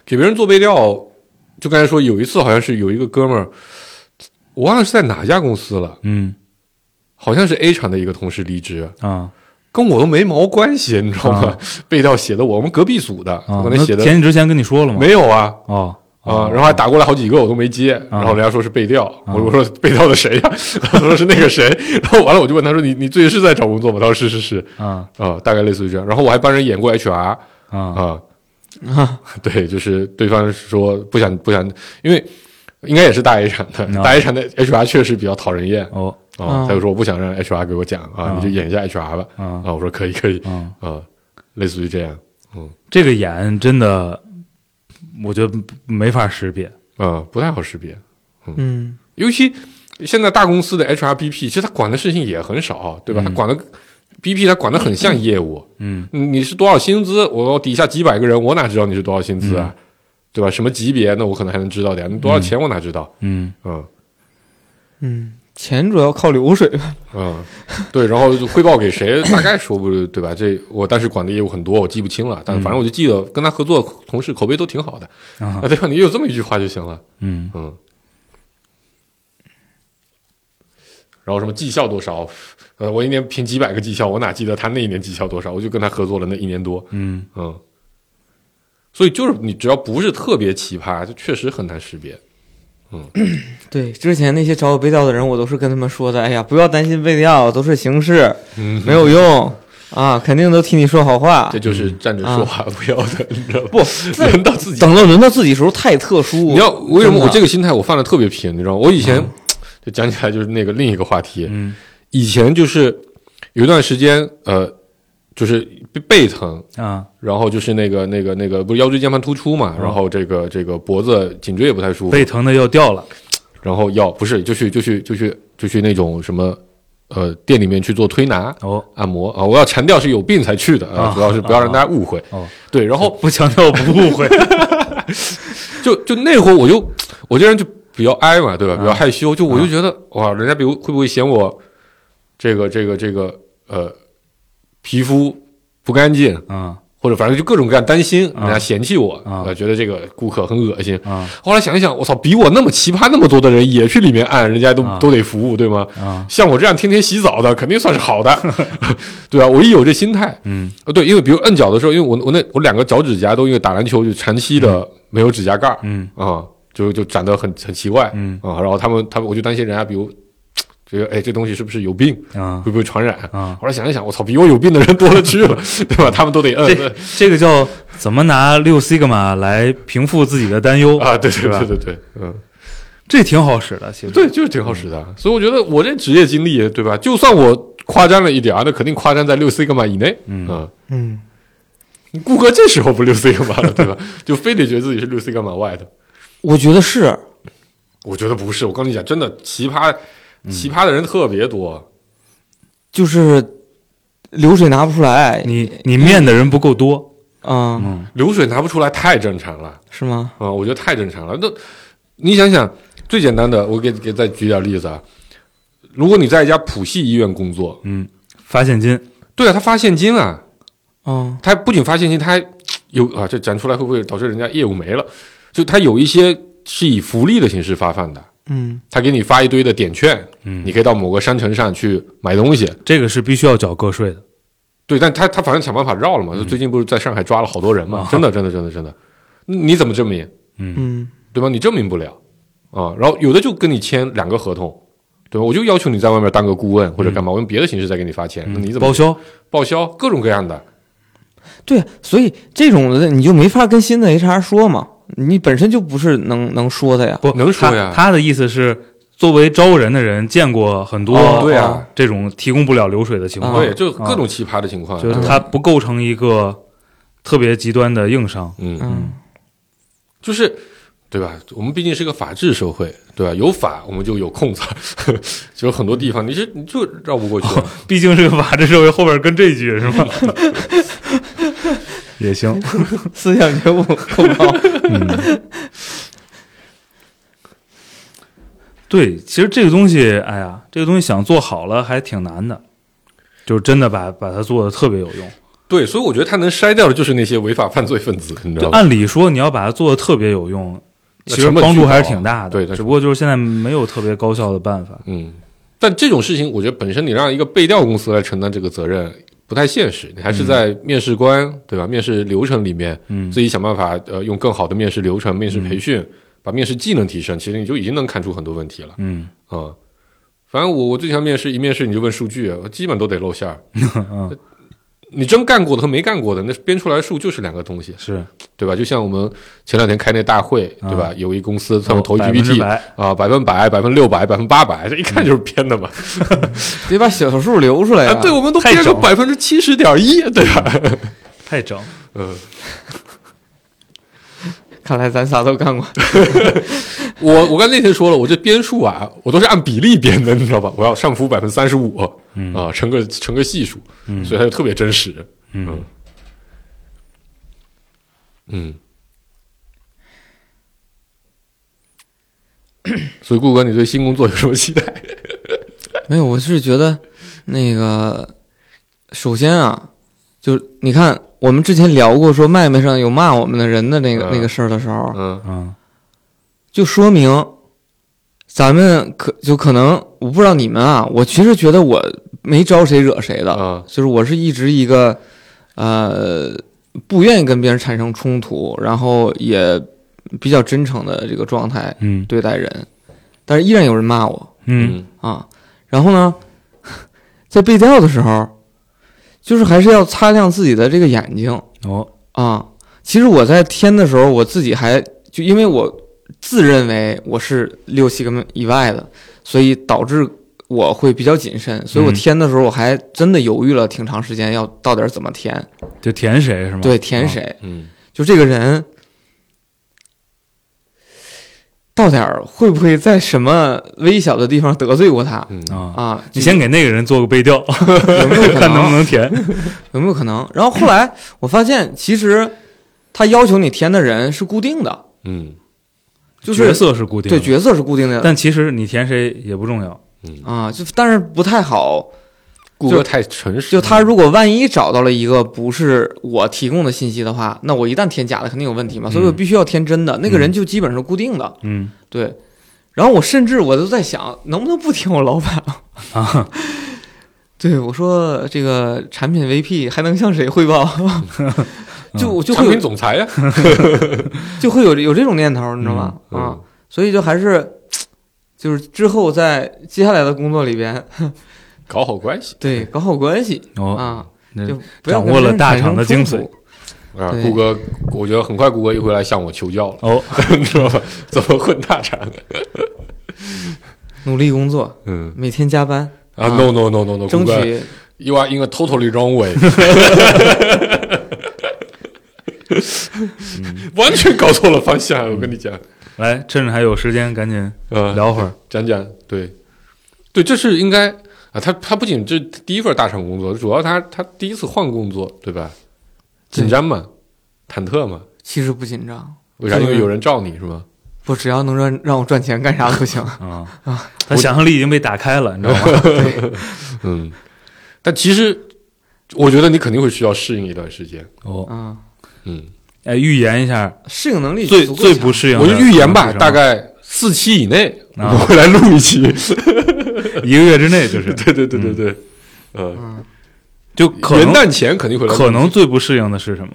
[SPEAKER 5] 给别人做背调，就刚才说有一次好像是有一个哥们儿，我忘了是在哪家公司了，
[SPEAKER 4] 嗯
[SPEAKER 5] 好像是 A 厂的一个同事离职。
[SPEAKER 4] 啊
[SPEAKER 5] 跟我都没毛关系，你知道 [laughs] 吗？背调写的我，我们隔壁组的，
[SPEAKER 4] 啊，
[SPEAKER 5] 我给
[SPEAKER 4] 那
[SPEAKER 5] 他写的
[SPEAKER 4] 前几之前跟你说了吗？
[SPEAKER 5] 没有啊，
[SPEAKER 4] 哦啊
[SPEAKER 5] 啊、然后还打过来好几个，我都没接。然后人家说是背调，我我说背调的谁呀、 [laughs] 他说是那个谁。然后完了，我就问他说：“你你最近是在找工作吗？”他说：“是是是。
[SPEAKER 4] 啊
[SPEAKER 5] 啊，大概类似于这样。然后我还帮人演过 HR 啊、
[SPEAKER 4] 啊
[SPEAKER 5] [laughs] 对，就是对方说不想不想，因为应该也是大 A 厂的，
[SPEAKER 4] 啊
[SPEAKER 5] 大 A 厂的 HR 确实比较讨人厌啊、
[SPEAKER 4] 哦
[SPEAKER 3] 啊
[SPEAKER 5] 他就说我不想让 HR 给我讲啊，
[SPEAKER 4] 啊
[SPEAKER 5] 你就演一下 HR 吧。
[SPEAKER 4] 啊
[SPEAKER 5] 啊，我说可以可以啊、
[SPEAKER 4] 啊，
[SPEAKER 5] 类似于这样
[SPEAKER 4] 这个眼真的，我觉得没法识别。
[SPEAKER 5] 啊、不太好识别。
[SPEAKER 3] 嗯
[SPEAKER 5] 尤其现在大公司的 HRBP，其实他管的事情也很少，对吧？他管的 BP，他管的很像业务。
[SPEAKER 4] 嗯
[SPEAKER 5] 嗯，你是多少薪资？我底下几百个人，我哪知道你是多少薪资啊？对吧？什么级别？那我可能还能知道点。你多少钱？我哪知道？
[SPEAKER 4] 嗯
[SPEAKER 5] 嗯
[SPEAKER 3] 嗯，钱主要靠流水
[SPEAKER 5] [laughs]
[SPEAKER 3] 吧。
[SPEAKER 5] 嗯，对。然后就汇报给谁？大概说不对吧？这我当时管的业务很多，我记不清了。但反正我就记得跟他合作的同事口碑都挺好的
[SPEAKER 4] 啊
[SPEAKER 5] 啊，对吧？你有这么一句话就行了。
[SPEAKER 4] 嗯，
[SPEAKER 5] 嗯。然后什么绩效多少？呃，我一年评几百个绩效，我哪记得他那一年绩效多少？我就跟他合作了那一年多，
[SPEAKER 4] 嗯
[SPEAKER 5] 嗯。所以就是你只要不是特别奇葩，就确实很难识别。
[SPEAKER 3] 对，之前那些找我背调的人，我都是跟他们说的，哎呀，不要担心背调，都是形式，
[SPEAKER 5] 嗯，
[SPEAKER 3] 没有用啊，肯定都替你说好话
[SPEAKER 5] 这。就是站着说话不腰疼，你知道吗？
[SPEAKER 3] 不，
[SPEAKER 5] [laughs] 轮到自己，
[SPEAKER 3] 等到轮到自己时候太特殊。
[SPEAKER 5] 你要为什么我这
[SPEAKER 3] 个
[SPEAKER 5] 个心态我犯的特别平？你知道吗？我以前就讲起来就是那个另一个话题，
[SPEAKER 4] 嗯
[SPEAKER 5] 以前就是有一段时间，呃，就是背背疼，
[SPEAKER 4] 啊，
[SPEAKER 5] 然后就是那个那个那个，不是腰椎间盘突出嘛，
[SPEAKER 4] 嗯
[SPEAKER 5] 然后这个这个脖子颈椎也不太舒服
[SPEAKER 4] 背，疼的要掉了。
[SPEAKER 5] 然后要不是就去就去就去就去那种什么呃店里面去做推拿
[SPEAKER 4] 哦
[SPEAKER 5] 按摩啊，我要强调是有病才去的
[SPEAKER 4] 啊，
[SPEAKER 5] 啊主要是不要让大家误会。
[SPEAKER 4] 哦，
[SPEAKER 5] 对，然后
[SPEAKER 4] 不强调不
[SPEAKER 5] [laughs]
[SPEAKER 4] 误会。
[SPEAKER 5] 就就那会儿我就我这人就比较哀嘛，对
[SPEAKER 4] 啊
[SPEAKER 5] 吧？比较害羞，就我就觉得哇，人家比如会不会嫌我这个这个这个呃皮肤不干净
[SPEAKER 4] 啊
[SPEAKER 5] 或者反正就各种各样担心，人家
[SPEAKER 4] 啊
[SPEAKER 5] 嫌弃我，呃
[SPEAKER 4] 啊
[SPEAKER 5] 觉得这个顾客很恶心。
[SPEAKER 4] 啊
[SPEAKER 5] 后来想一想，我操，比我那么奇葩那么多的人也去里面按，人家都、
[SPEAKER 4] 啊
[SPEAKER 5] 都得服务，对吗？
[SPEAKER 4] 啊，
[SPEAKER 5] 像我这样天天洗澡的， [laughs] 肯定算是好的，对吧？啊我一有这心态，
[SPEAKER 4] 嗯
[SPEAKER 5] 呃，对，因为比如摁脚的时候，因为我我那我两个脚指甲都因为打篮球就长期的没有指甲盖儿啊、
[SPEAKER 4] 嗯
[SPEAKER 5] 就就长得很很奇怪啊、
[SPEAKER 4] 嗯
[SPEAKER 5] 然后他们他们我就担心人家比如觉得哎这东西是不是有病，
[SPEAKER 4] 啊
[SPEAKER 5] 会不会传染？
[SPEAKER 4] 啊，
[SPEAKER 5] [laughs] 后来想一想，我操，比我有病的人多了去了， [laughs] 对吧？他们都得摁
[SPEAKER 4] 这这个叫怎么拿六 sigma 来平复自己的担忧
[SPEAKER 5] 啊，对
[SPEAKER 4] 是
[SPEAKER 5] 对
[SPEAKER 4] 吧
[SPEAKER 5] 对对对，嗯。
[SPEAKER 4] 这挺好使的，其实
[SPEAKER 5] 对，就是挺好使的。啊所以我觉得我这职业经历，对吧？就算我夸张了一点儿，那肯定夸张在六 sigma 以内。
[SPEAKER 4] 嗯
[SPEAKER 5] 啊，
[SPEAKER 3] 嗯，
[SPEAKER 5] 顾客这时候不六 sigma 了，对吧？ [laughs] 就非得觉得自己是六 sigma 外的。
[SPEAKER 3] 我觉得是，
[SPEAKER 5] 我觉得不是，我跟你讲，真的奇葩，
[SPEAKER 4] 嗯
[SPEAKER 5] 奇葩的人特别多。
[SPEAKER 3] 就是流水拿不出来，
[SPEAKER 4] 你你面的人不够多，
[SPEAKER 3] 啊、
[SPEAKER 4] 嗯
[SPEAKER 5] 流水拿不出来太正常了
[SPEAKER 3] 是吗？
[SPEAKER 5] 啊、我觉得太正常了。那你想想，最简单的，我给给再举点例子啊。如果你在一家普系医院工作，
[SPEAKER 4] 嗯，发现金
[SPEAKER 5] 对啊，他发现金啊，
[SPEAKER 3] 啊、
[SPEAKER 5] 他不仅发现金，他还有啊，这讲出来会不会导致人家业务没了？就他有一些是以福利的形式发放的，
[SPEAKER 3] 嗯，
[SPEAKER 5] 他给你发一堆的点券，
[SPEAKER 4] 嗯
[SPEAKER 5] 你可以到某个商城上去买东西。
[SPEAKER 4] 这个是必须要缴个税的，
[SPEAKER 5] 对，但他他反正想办法绕了
[SPEAKER 4] 嗯
[SPEAKER 5] 嘛。就最近不是在上海抓了好多人嘛？
[SPEAKER 4] 啊
[SPEAKER 5] 真的，真的，真的，真的，你怎么证明？
[SPEAKER 3] 嗯
[SPEAKER 5] 对吧？你证明不了啊。然后有的就跟你签两个合同，对吧？我就要求你在外面当个顾问或者干嘛，我用别的形式再给你发钱，那你怎
[SPEAKER 4] 嗯
[SPEAKER 5] 么
[SPEAKER 4] 报销？
[SPEAKER 5] 报销？各种各样的。
[SPEAKER 3] 对，啊所以这种的你就没法跟新的 HR 说嘛，你本身就不是能能说的呀。
[SPEAKER 4] 不
[SPEAKER 5] 能说呀
[SPEAKER 4] 他他的意思是，作为招人的人见过很多、
[SPEAKER 5] 哦对
[SPEAKER 3] 啊
[SPEAKER 4] 这种提供不了流水的情况，
[SPEAKER 3] 啊
[SPEAKER 5] 对，就各
[SPEAKER 4] 啊
[SPEAKER 5] 种奇葩的情况。
[SPEAKER 4] 就是他不构成一个特别极端的硬伤。
[SPEAKER 5] 嗯
[SPEAKER 3] 嗯
[SPEAKER 5] 就是对吧？我们毕竟是个法治社会，对吧？有法我们就有空子， [laughs] 就有很多地方你是你就绕不过去
[SPEAKER 4] [laughs]
[SPEAKER 5] 了。
[SPEAKER 4] 毕竟这个法治社会后边跟这句是吗？
[SPEAKER 5] [laughs]
[SPEAKER 4] 也行，
[SPEAKER 3] 思想
[SPEAKER 5] [laughs]
[SPEAKER 3] 觉悟够高。
[SPEAKER 5] 嗯
[SPEAKER 4] [laughs] 对，其实这个东西，哎呀，这个东西想做好了还挺难的，就是真的把把它做的特别有用。
[SPEAKER 5] 对，所以我觉得他能筛掉的就是那些违法犯罪分子，你知
[SPEAKER 4] 就
[SPEAKER 5] 道吗？
[SPEAKER 4] 按理说你要把它做的特别有用，
[SPEAKER 5] 那
[SPEAKER 4] 其实
[SPEAKER 5] 成本
[SPEAKER 4] 帮助
[SPEAKER 5] 巨高
[SPEAKER 4] 还是挺大的。
[SPEAKER 5] 对那
[SPEAKER 4] 只不过就是现在没有特别高效的办法。
[SPEAKER 5] 嗯，但这种事情，我觉得本身你让一个被调公司来承担这个责任不太现实，你还是在面试官对吧？面试流程里面
[SPEAKER 4] 嗯
[SPEAKER 5] 自己想办法，呃，用更好的面试流程、面试培训，把面试技能提升，其实你就已经能看出很多问题了。
[SPEAKER 4] 嗯
[SPEAKER 5] 啊、反正我我最强面试一面试你就问数据，我基本都得露馅儿。
[SPEAKER 4] [laughs] 嗯，
[SPEAKER 5] 你真干过的和没干过的，那编出来的数就是两个东西，
[SPEAKER 4] 是
[SPEAKER 5] 对吧？就像我们前两天开那大会，
[SPEAKER 4] 啊
[SPEAKER 5] 对吧？有一公司他们投一
[SPEAKER 4] 百分之
[SPEAKER 5] PPT
[SPEAKER 4] 百
[SPEAKER 5] 啊，百分百、百分六百、百分八百，这一看就是编的
[SPEAKER 4] 嗯
[SPEAKER 5] 嘛。
[SPEAKER 3] 得把小数留出来
[SPEAKER 4] 哎
[SPEAKER 3] 呀、
[SPEAKER 5] 啊，对，我们都编个百分之七十点一，对吧？ [laughs]
[SPEAKER 4] 太整。
[SPEAKER 5] 嗯，
[SPEAKER 3] 看来咱仨都
[SPEAKER 5] [laughs]
[SPEAKER 3] 干过。
[SPEAKER 5] 我我刚那天说了，我这编数啊，我都是按比例编的，你知道吧？我要上浮百分之三十五
[SPEAKER 4] 嗯
[SPEAKER 5] 啊，乘个乘个系数，
[SPEAKER 4] 嗯
[SPEAKER 5] 所以它就特别真实。
[SPEAKER 4] 嗯
[SPEAKER 5] 嗯。嗯所以，顾哥，你对新工作有什么期待？
[SPEAKER 3] 没有，我是觉得那个，首先啊，就是你看我们之前聊过说麦麦上有骂我们的人的那个、
[SPEAKER 5] 嗯
[SPEAKER 3] 那个事儿的时候，
[SPEAKER 5] 嗯
[SPEAKER 4] 嗯
[SPEAKER 3] 就说明咱们可就可能我不知道你们啊，我其实觉得我没招谁惹谁的，
[SPEAKER 5] 啊
[SPEAKER 3] 就是我是一直一个呃不愿意跟别人产生冲突，然后也比较真诚的这个状态
[SPEAKER 4] 嗯
[SPEAKER 3] 对待人，但是依然有人骂我
[SPEAKER 4] 嗯，
[SPEAKER 3] 啊。然后呢， [laughs] 在背调的时候，就是还是要擦亮自己的这个眼睛
[SPEAKER 5] 嗯
[SPEAKER 4] 哦，
[SPEAKER 3] 啊。其实我在填的时候，我自己还就因为我自认为我是六七个以外的，所以导致我会比较谨慎，所以我
[SPEAKER 4] 嗯
[SPEAKER 3] 填的时候我还真的犹豫了挺长时间，要到底儿怎么填，
[SPEAKER 4] 就填谁是吗？
[SPEAKER 3] 对，填
[SPEAKER 4] 啊
[SPEAKER 3] 谁，
[SPEAKER 5] 嗯
[SPEAKER 3] 就这个人到底儿会不会在什么微小的地方得罪过他
[SPEAKER 5] 嗯
[SPEAKER 4] 啊？
[SPEAKER 3] 啊？
[SPEAKER 4] 你先给那个人做个背调，
[SPEAKER 3] 有没有可
[SPEAKER 4] 看能不
[SPEAKER 3] 能？
[SPEAKER 4] 能填。
[SPEAKER 3] 有没有可能？然后后来我发现，其实他要求你填的人是固定的，
[SPEAKER 5] 嗯
[SPEAKER 3] [laughs] 就是
[SPEAKER 4] 角色是固定的，
[SPEAKER 3] 对角色是固定的，啊
[SPEAKER 4] 但其实你填谁也不重要。
[SPEAKER 5] 嗯
[SPEAKER 3] 啊，就但是不太好
[SPEAKER 5] 谷歌太诚实
[SPEAKER 3] 就
[SPEAKER 5] 了，
[SPEAKER 3] 他如果万一找到了一个不是我提供的信息的话，那我一旦添假的肯定有问题嘛，所以我必须要添真的。那个人就基本上是固定的，
[SPEAKER 4] 嗯
[SPEAKER 3] 对。然后我甚至我都在想，能不能不听我老板啊？ [laughs] 对，我说这个产品 VP 还能向谁汇报？就我就会
[SPEAKER 5] 产
[SPEAKER 3] 有
[SPEAKER 5] 品总裁啊呀，
[SPEAKER 3] 就会有有这种念头，你知道吗？
[SPEAKER 5] 嗯
[SPEAKER 3] 啊，所以就还是就是之后在接下来的工作里边，
[SPEAKER 5] 搞好关系
[SPEAKER 3] 对搞好关系
[SPEAKER 4] 哦，
[SPEAKER 3] 啊，
[SPEAKER 4] 那
[SPEAKER 3] 就不要
[SPEAKER 4] 掌
[SPEAKER 3] 跟
[SPEAKER 4] 握
[SPEAKER 3] 别
[SPEAKER 4] 了
[SPEAKER 3] 人
[SPEAKER 4] 大
[SPEAKER 3] 产
[SPEAKER 4] 厂
[SPEAKER 3] 生
[SPEAKER 4] 的精
[SPEAKER 3] 冲
[SPEAKER 4] 髓
[SPEAKER 3] 突。
[SPEAKER 5] 啊。
[SPEAKER 3] 对
[SPEAKER 5] 谷歌，我觉得很快谷歌又会来向我求教了，
[SPEAKER 4] 哦，
[SPEAKER 5] [laughs]
[SPEAKER 3] 嗯
[SPEAKER 5] 你知道吧？怎么混大厂？
[SPEAKER 3] 努力工作，
[SPEAKER 5] 嗯
[SPEAKER 3] 每天加
[SPEAKER 4] [laughs]
[SPEAKER 3] 班，
[SPEAKER 5] 啊
[SPEAKER 3] 啊
[SPEAKER 5] ，no no no no no，
[SPEAKER 3] 争
[SPEAKER 5] 谷歌
[SPEAKER 3] 取
[SPEAKER 5] ，you are in a totally wrong way，完
[SPEAKER 3] 嗯
[SPEAKER 5] 全搞错了方向，我跟你讲。
[SPEAKER 4] 来，趁着还有时间，赶紧
[SPEAKER 3] 嗯
[SPEAKER 5] 呃，
[SPEAKER 4] 聊
[SPEAKER 5] [laughs]
[SPEAKER 4] 会儿。
[SPEAKER 5] 讲讲，对，对，这是应该啊，他他不仅这第一份大厂工作，主要他他第一次换工作，对吧？
[SPEAKER 3] 对
[SPEAKER 5] 紧张嘛，忐忑嘛，
[SPEAKER 3] 其实不紧张，
[SPEAKER 5] 为啥？
[SPEAKER 3] 就
[SPEAKER 5] 因
[SPEAKER 3] 是
[SPEAKER 5] 为有人罩你是吗？
[SPEAKER 3] 不只要能让让我赚钱，干啥都
[SPEAKER 4] [laughs]
[SPEAKER 3] 行。
[SPEAKER 4] 啊他想象力已经被打开了，你知道
[SPEAKER 5] [laughs]
[SPEAKER 4] 吗？
[SPEAKER 5] 嗯，但其实我觉得你肯定会需要适应一段时间。
[SPEAKER 4] 哦，
[SPEAKER 3] 啊，
[SPEAKER 5] 嗯，
[SPEAKER 4] 哎，预言一下，
[SPEAKER 3] 适应能力
[SPEAKER 4] 最
[SPEAKER 3] 足够
[SPEAKER 4] 最
[SPEAKER 3] 强
[SPEAKER 4] 不适应的
[SPEAKER 5] 我
[SPEAKER 4] 可
[SPEAKER 5] 就
[SPEAKER 4] 能是什么，
[SPEAKER 5] 预言吧，大概四期以内我
[SPEAKER 4] 啊
[SPEAKER 5] 们会来录一期。
[SPEAKER 4] 一个月之内，
[SPEAKER 5] [laughs]
[SPEAKER 4] 就是
[SPEAKER 5] 对对对对对，呃，
[SPEAKER 3] 嗯，
[SPEAKER 4] 就嗯可
[SPEAKER 5] 元
[SPEAKER 4] 能
[SPEAKER 5] 旦前肯定会来录一期。
[SPEAKER 4] 可能最不适应的是什么？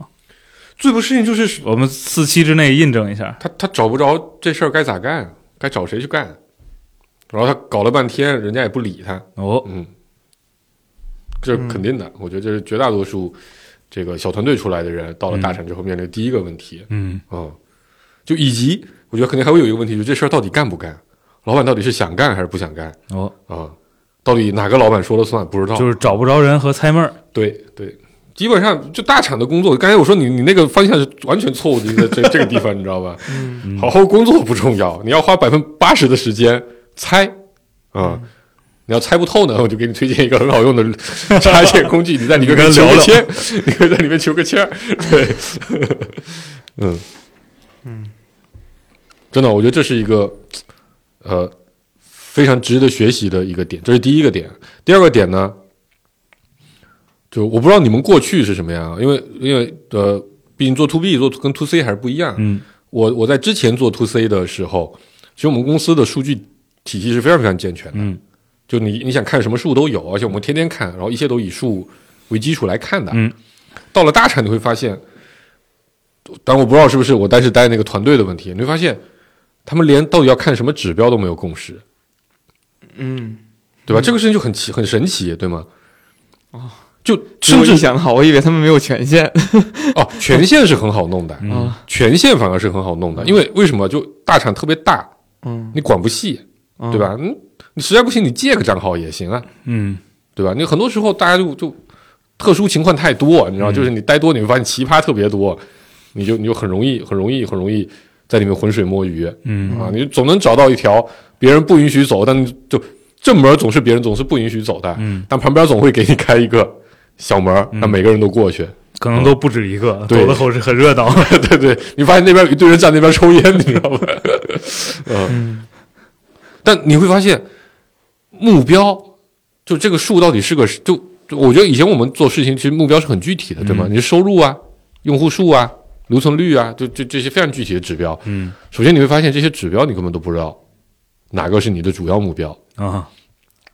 [SPEAKER 5] 最不适应就是
[SPEAKER 4] 我们四期之内印证一下。
[SPEAKER 5] 他他找不着这事儿该咋干，该找谁去干，然后他搞了半天，人家也不理他，
[SPEAKER 4] 哦，
[SPEAKER 5] 嗯，这是肯定
[SPEAKER 4] 嗯
[SPEAKER 5] 的，我觉得这是绝大多数这个小团队出来的人到了大厂之后面临的第一个问题，
[SPEAKER 4] 嗯，
[SPEAKER 5] 嗯，就以及我觉得肯定还会有一个问题，就是这事儿到底干不干，老板到底是想干还是不想干
[SPEAKER 4] 哦，
[SPEAKER 5] 啊、到底哪个老板说了算不知道，
[SPEAKER 4] 就是找不着人和猜妹儿。
[SPEAKER 5] 对对，基本上就大厂的工作，刚才我说你你那个方向是完全错误的，在这这个地方，你知道吧？
[SPEAKER 4] 嗯
[SPEAKER 5] 好好工作不重要，你要花百分八十的时间猜
[SPEAKER 4] 嗯
[SPEAKER 5] 啊。你要猜不透呢，我就给你推荐一个很好用的
[SPEAKER 4] [laughs]
[SPEAKER 5] 插件工具，你在里面
[SPEAKER 4] 你跟
[SPEAKER 5] 求
[SPEAKER 4] 聊
[SPEAKER 5] 个
[SPEAKER 4] 聊
[SPEAKER 5] 签，你可以在里面求个签儿。对，嗯嗯，真的，我觉得这是一个呃非常值得学习的一个点，这是第一个点。第二个点呢，就我不知道你们过去是什么样啊，因为因为呃，毕竟做 to B 做跟 to C 还是不一样。
[SPEAKER 4] 嗯，
[SPEAKER 5] 我我在之前做 to C 的时候，其实我们公司的数据体系是非常非常健全的。
[SPEAKER 4] 嗯，
[SPEAKER 5] 就你你想看什么数都有，而且我们天天看，然后一切都以数为基础来看的。
[SPEAKER 4] 嗯，
[SPEAKER 5] 到了大厂你会发现，但我不知道是不是我当时带那个团队的问题，你会发现他们连到底要看什么指标都没有共识。
[SPEAKER 3] 嗯，
[SPEAKER 5] 对吧？这个事情就很奇很神奇，对吗？哦，就
[SPEAKER 3] 这
[SPEAKER 5] 甚
[SPEAKER 3] 么一
[SPEAKER 5] 至
[SPEAKER 3] 想的话，我以为他们没有权
[SPEAKER 4] [laughs]
[SPEAKER 3] 限
[SPEAKER 5] 哦，权限是很好弄的，
[SPEAKER 4] 嗯
[SPEAKER 3] 啊，
[SPEAKER 5] 权限反而是很好弄的，因为为什么？就大厂特别大，
[SPEAKER 3] 嗯，
[SPEAKER 5] 你管不细，
[SPEAKER 3] 嗯
[SPEAKER 5] 对？吧？嗯，你实在不行，你借个账号也行啊，
[SPEAKER 4] 嗯，
[SPEAKER 5] 对吧？你很多时候大家就就特殊情况太多，你知道，
[SPEAKER 4] 嗯
[SPEAKER 5] 就是你待多，你会发现奇葩特别多，你就你就很容易很容易很容易在里面浑水摸鱼，
[SPEAKER 4] 嗯
[SPEAKER 5] 啊，你总能找到一条别人不允许走，但你就正门总是别人总是不允许走的，
[SPEAKER 4] 嗯，
[SPEAKER 5] 但旁边总会给你开一个小门儿，让每个人都过去。
[SPEAKER 4] 可能都不止一个，
[SPEAKER 5] 对
[SPEAKER 4] 走的后是很 [laughs] 热闹。
[SPEAKER 5] 对 [laughs] 对，你发现那边有一堆人站那边抽烟，你知道吗？嗯，但你会发现目标就这个数到底是个就就我觉得以前我们做事情其实目标是很具体的，对吗？你是收入啊、用户数啊、留存率啊，就就这些非常具体的指标。
[SPEAKER 4] 嗯
[SPEAKER 5] 首先你会发现这些指标你根本都不知道哪个是你的主要目标。
[SPEAKER 4] 啊，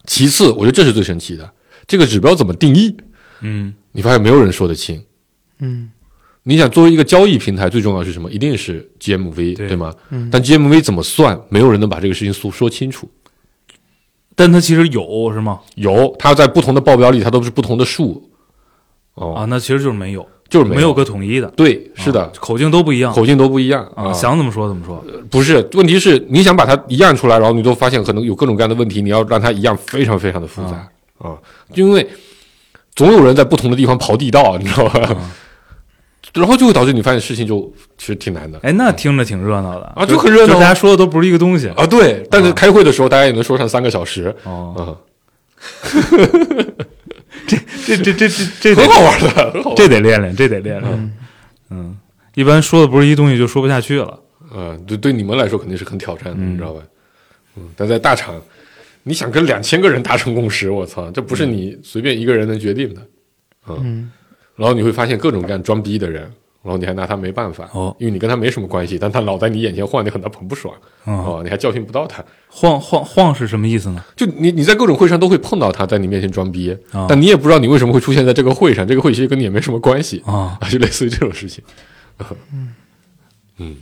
[SPEAKER 5] 其次，我觉得这是最神奇的，这个指标怎么定义？
[SPEAKER 4] 嗯
[SPEAKER 5] 你发现没有人说得清。
[SPEAKER 3] 嗯，
[SPEAKER 5] 你想作为一个交易平台，最重要的是什么？一定是 GMV，
[SPEAKER 4] 对嗯
[SPEAKER 5] 对吗？但 GMV 怎么算？没有人能把这个事情说说清楚。
[SPEAKER 4] 但它其实有是吗？
[SPEAKER 5] 有，它在不同的报表里，它都是不同的数。哦，
[SPEAKER 4] 啊，那其实就是没有，
[SPEAKER 5] 就是
[SPEAKER 4] 没
[SPEAKER 5] 有
[SPEAKER 4] 个统一的。
[SPEAKER 5] 对，是的，
[SPEAKER 4] 啊口径都不一样
[SPEAKER 5] 口径呃都不一样
[SPEAKER 4] 啊，想怎么说怎么说。
[SPEAKER 5] 不是，问题是你想把它一样出来，然后你都发现可能有各种各样的问题，你要让它一样，非常非常的复杂啊、就因为总有人在不同的地方刨地道，你知道吧？
[SPEAKER 4] 啊
[SPEAKER 5] 然后就会导致你发现事情就其实挺难的
[SPEAKER 4] 哎，那听着挺热闹的
[SPEAKER 5] 啊就很热闹
[SPEAKER 4] 就大家说的都不是一个东西。
[SPEAKER 5] 啊。对，但是开会的时候大家也能说上三个小时啊、
[SPEAKER 4] 哦，这这这这这得
[SPEAKER 5] 很嗯好玩的，很好玩
[SPEAKER 4] 这得练练，这得练练。嗯，一般说的不是一东西就说不下去了。
[SPEAKER 5] 嗯啊，对对你们来说肯定是很挑战的，你知道吧？嗯，但在大厂，你想跟两千个人达成共识，我操，这不是你随便一个人能决定的。
[SPEAKER 3] 嗯，
[SPEAKER 5] 然后你会发现各种各样装逼的人，然后你还拿他没办法，
[SPEAKER 4] 哦
[SPEAKER 5] 因为你跟他没什么关系，但他老在你眼前晃，你很他很不爽，
[SPEAKER 4] 嗯，
[SPEAKER 5] 哦，你还教训不到他。
[SPEAKER 4] 晃晃晃是什么意思呢？
[SPEAKER 5] 就你你在各种会上都会碰到他在你面前装逼，
[SPEAKER 4] 啊
[SPEAKER 5] 但你也不知道你为什么会出现在这个会上，这个会其实跟你也没什么关系
[SPEAKER 4] 啊，
[SPEAKER 5] 就类似于这种事情。嗯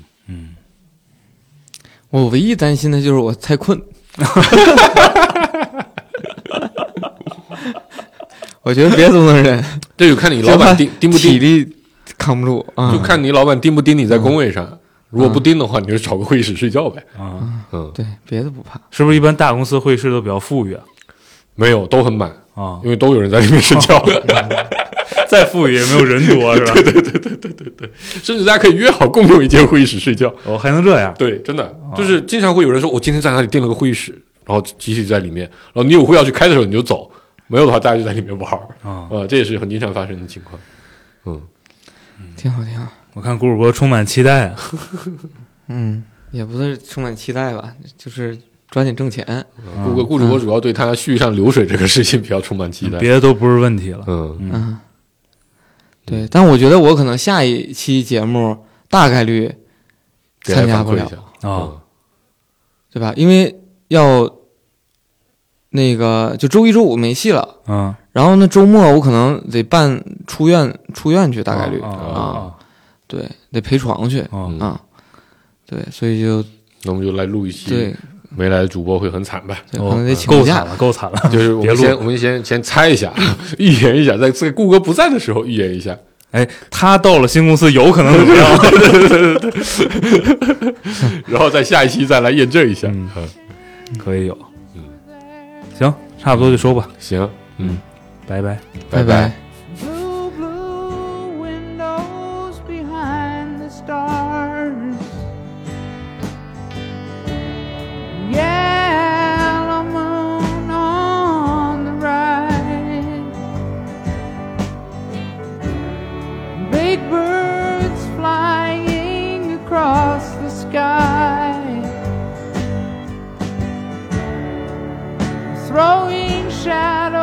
[SPEAKER 3] 我唯一担心的就是我太困。 [laughs] 我觉得别折腾人，
[SPEAKER 5] 这就看你老板盯盯不
[SPEAKER 3] 体
[SPEAKER 5] 盯，
[SPEAKER 3] 力嗯扛不住啊。
[SPEAKER 5] 就看你老板盯不盯你在工位上。如
[SPEAKER 3] 嗯
[SPEAKER 5] 果不盯的话，你就找个会议室睡觉呗。
[SPEAKER 4] 啊，
[SPEAKER 5] 嗯，
[SPEAKER 3] 对别的不怕，
[SPEAKER 4] 是不是一般大公司会议室都比较富裕啊？
[SPEAKER 5] 没有，都很满，
[SPEAKER 4] 啊，
[SPEAKER 5] 因为都有人在里面睡觉，
[SPEAKER 3] 哦
[SPEAKER 5] [laughs]
[SPEAKER 4] 再富裕也没有人 [laughs] 多是吧？
[SPEAKER 5] 甚至大家可以约好共用一间会议室睡觉。
[SPEAKER 4] 我哦还能这样？
[SPEAKER 5] 对，真的
[SPEAKER 3] 哦
[SPEAKER 5] 就是经常会有人说，我今天在哪里订了个会议室，然后集体在里面，然后你有会要去开的时候你就走，没有的话大家就在里面玩儿
[SPEAKER 4] 啊，
[SPEAKER 3] 哦
[SPEAKER 5] [laughs] 呃，这也是很经常发生的情况。
[SPEAKER 4] 嗯
[SPEAKER 3] 挺好挺好。
[SPEAKER 4] 我看谷主播充满期待啊。
[SPEAKER 3] 嗯，也不是充满期待吧，就是抓紧挣钱。
[SPEAKER 5] 顾顾顾主
[SPEAKER 3] 嗯
[SPEAKER 5] 播主要对他续上流水这个事情比较充满期待。
[SPEAKER 4] 别的都不是问题了。
[SPEAKER 5] 嗯，
[SPEAKER 3] 嗯，对，但我觉得我可能下一期节目大概率
[SPEAKER 5] 给大
[SPEAKER 3] 参
[SPEAKER 5] 家
[SPEAKER 3] 加
[SPEAKER 5] 反
[SPEAKER 3] 不
[SPEAKER 5] 馈
[SPEAKER 3] 了哦
[SPEAKER 5] 一，下嗯
[SPEAKER 4] 啊，
[SPEAKER 3] 对吧？因为要那个就周一周五没戏了，
[SPEAKER 4] 嗯，
[SPEAKER 3] 然后呢周末我可能得办出院出院去，大概率
[SPEAKER 4] 啊
[SPEAKER 3] 啊，对，得陪床去
[SPEAKER 4] 啊
[SPEAKER 5] 嗯
[SPEAKER 3] 啊，对，所以就
[SPEAKER 5] 那我们就来录一期
[SPEAKER 3] 对，
[SPEAKER 5] 没来的主播会很惨吧？
[SPEAKER 3] 对可能得请
[SPEAKER 4] 哦呃够
[SPEAKER 3] 个
[SPEAKER 4] 惨
[SPEAKER 3] 假，
[SPEAKER 4] 了，够惨了。
[SPEAKER 5] 就是我
[SPEAKER 4] 嗯别
[SPEAKER 5] 们
[SPEAKER 4] 录
[SPEAKER 5] 先我们先先猜一下， [laughs] 预言一下，在在顾哥不在的时候预言一下。
[SPEAKER 4] 哎，他到了新公司有可能怎么样？
[SPEAKER 5] 然后在下一期再来验证一下。
[SPEAKER 4] 嗯
[SPEAKER 5] 嗯，
[SPEAKER 4] [laughs] 可以有。嗯行，差不多就收吧，
[SPEAKER 5] 行，嗯，
[SPEAKER 4] 拜拜。
[SPEAKER 3] 拜
[SPEAKER 5] 拜。
[SPEAKER 2] Blue, blue windows behind the stars. Yellow moon on the rise. Big birds flying across the sky. throwing shadows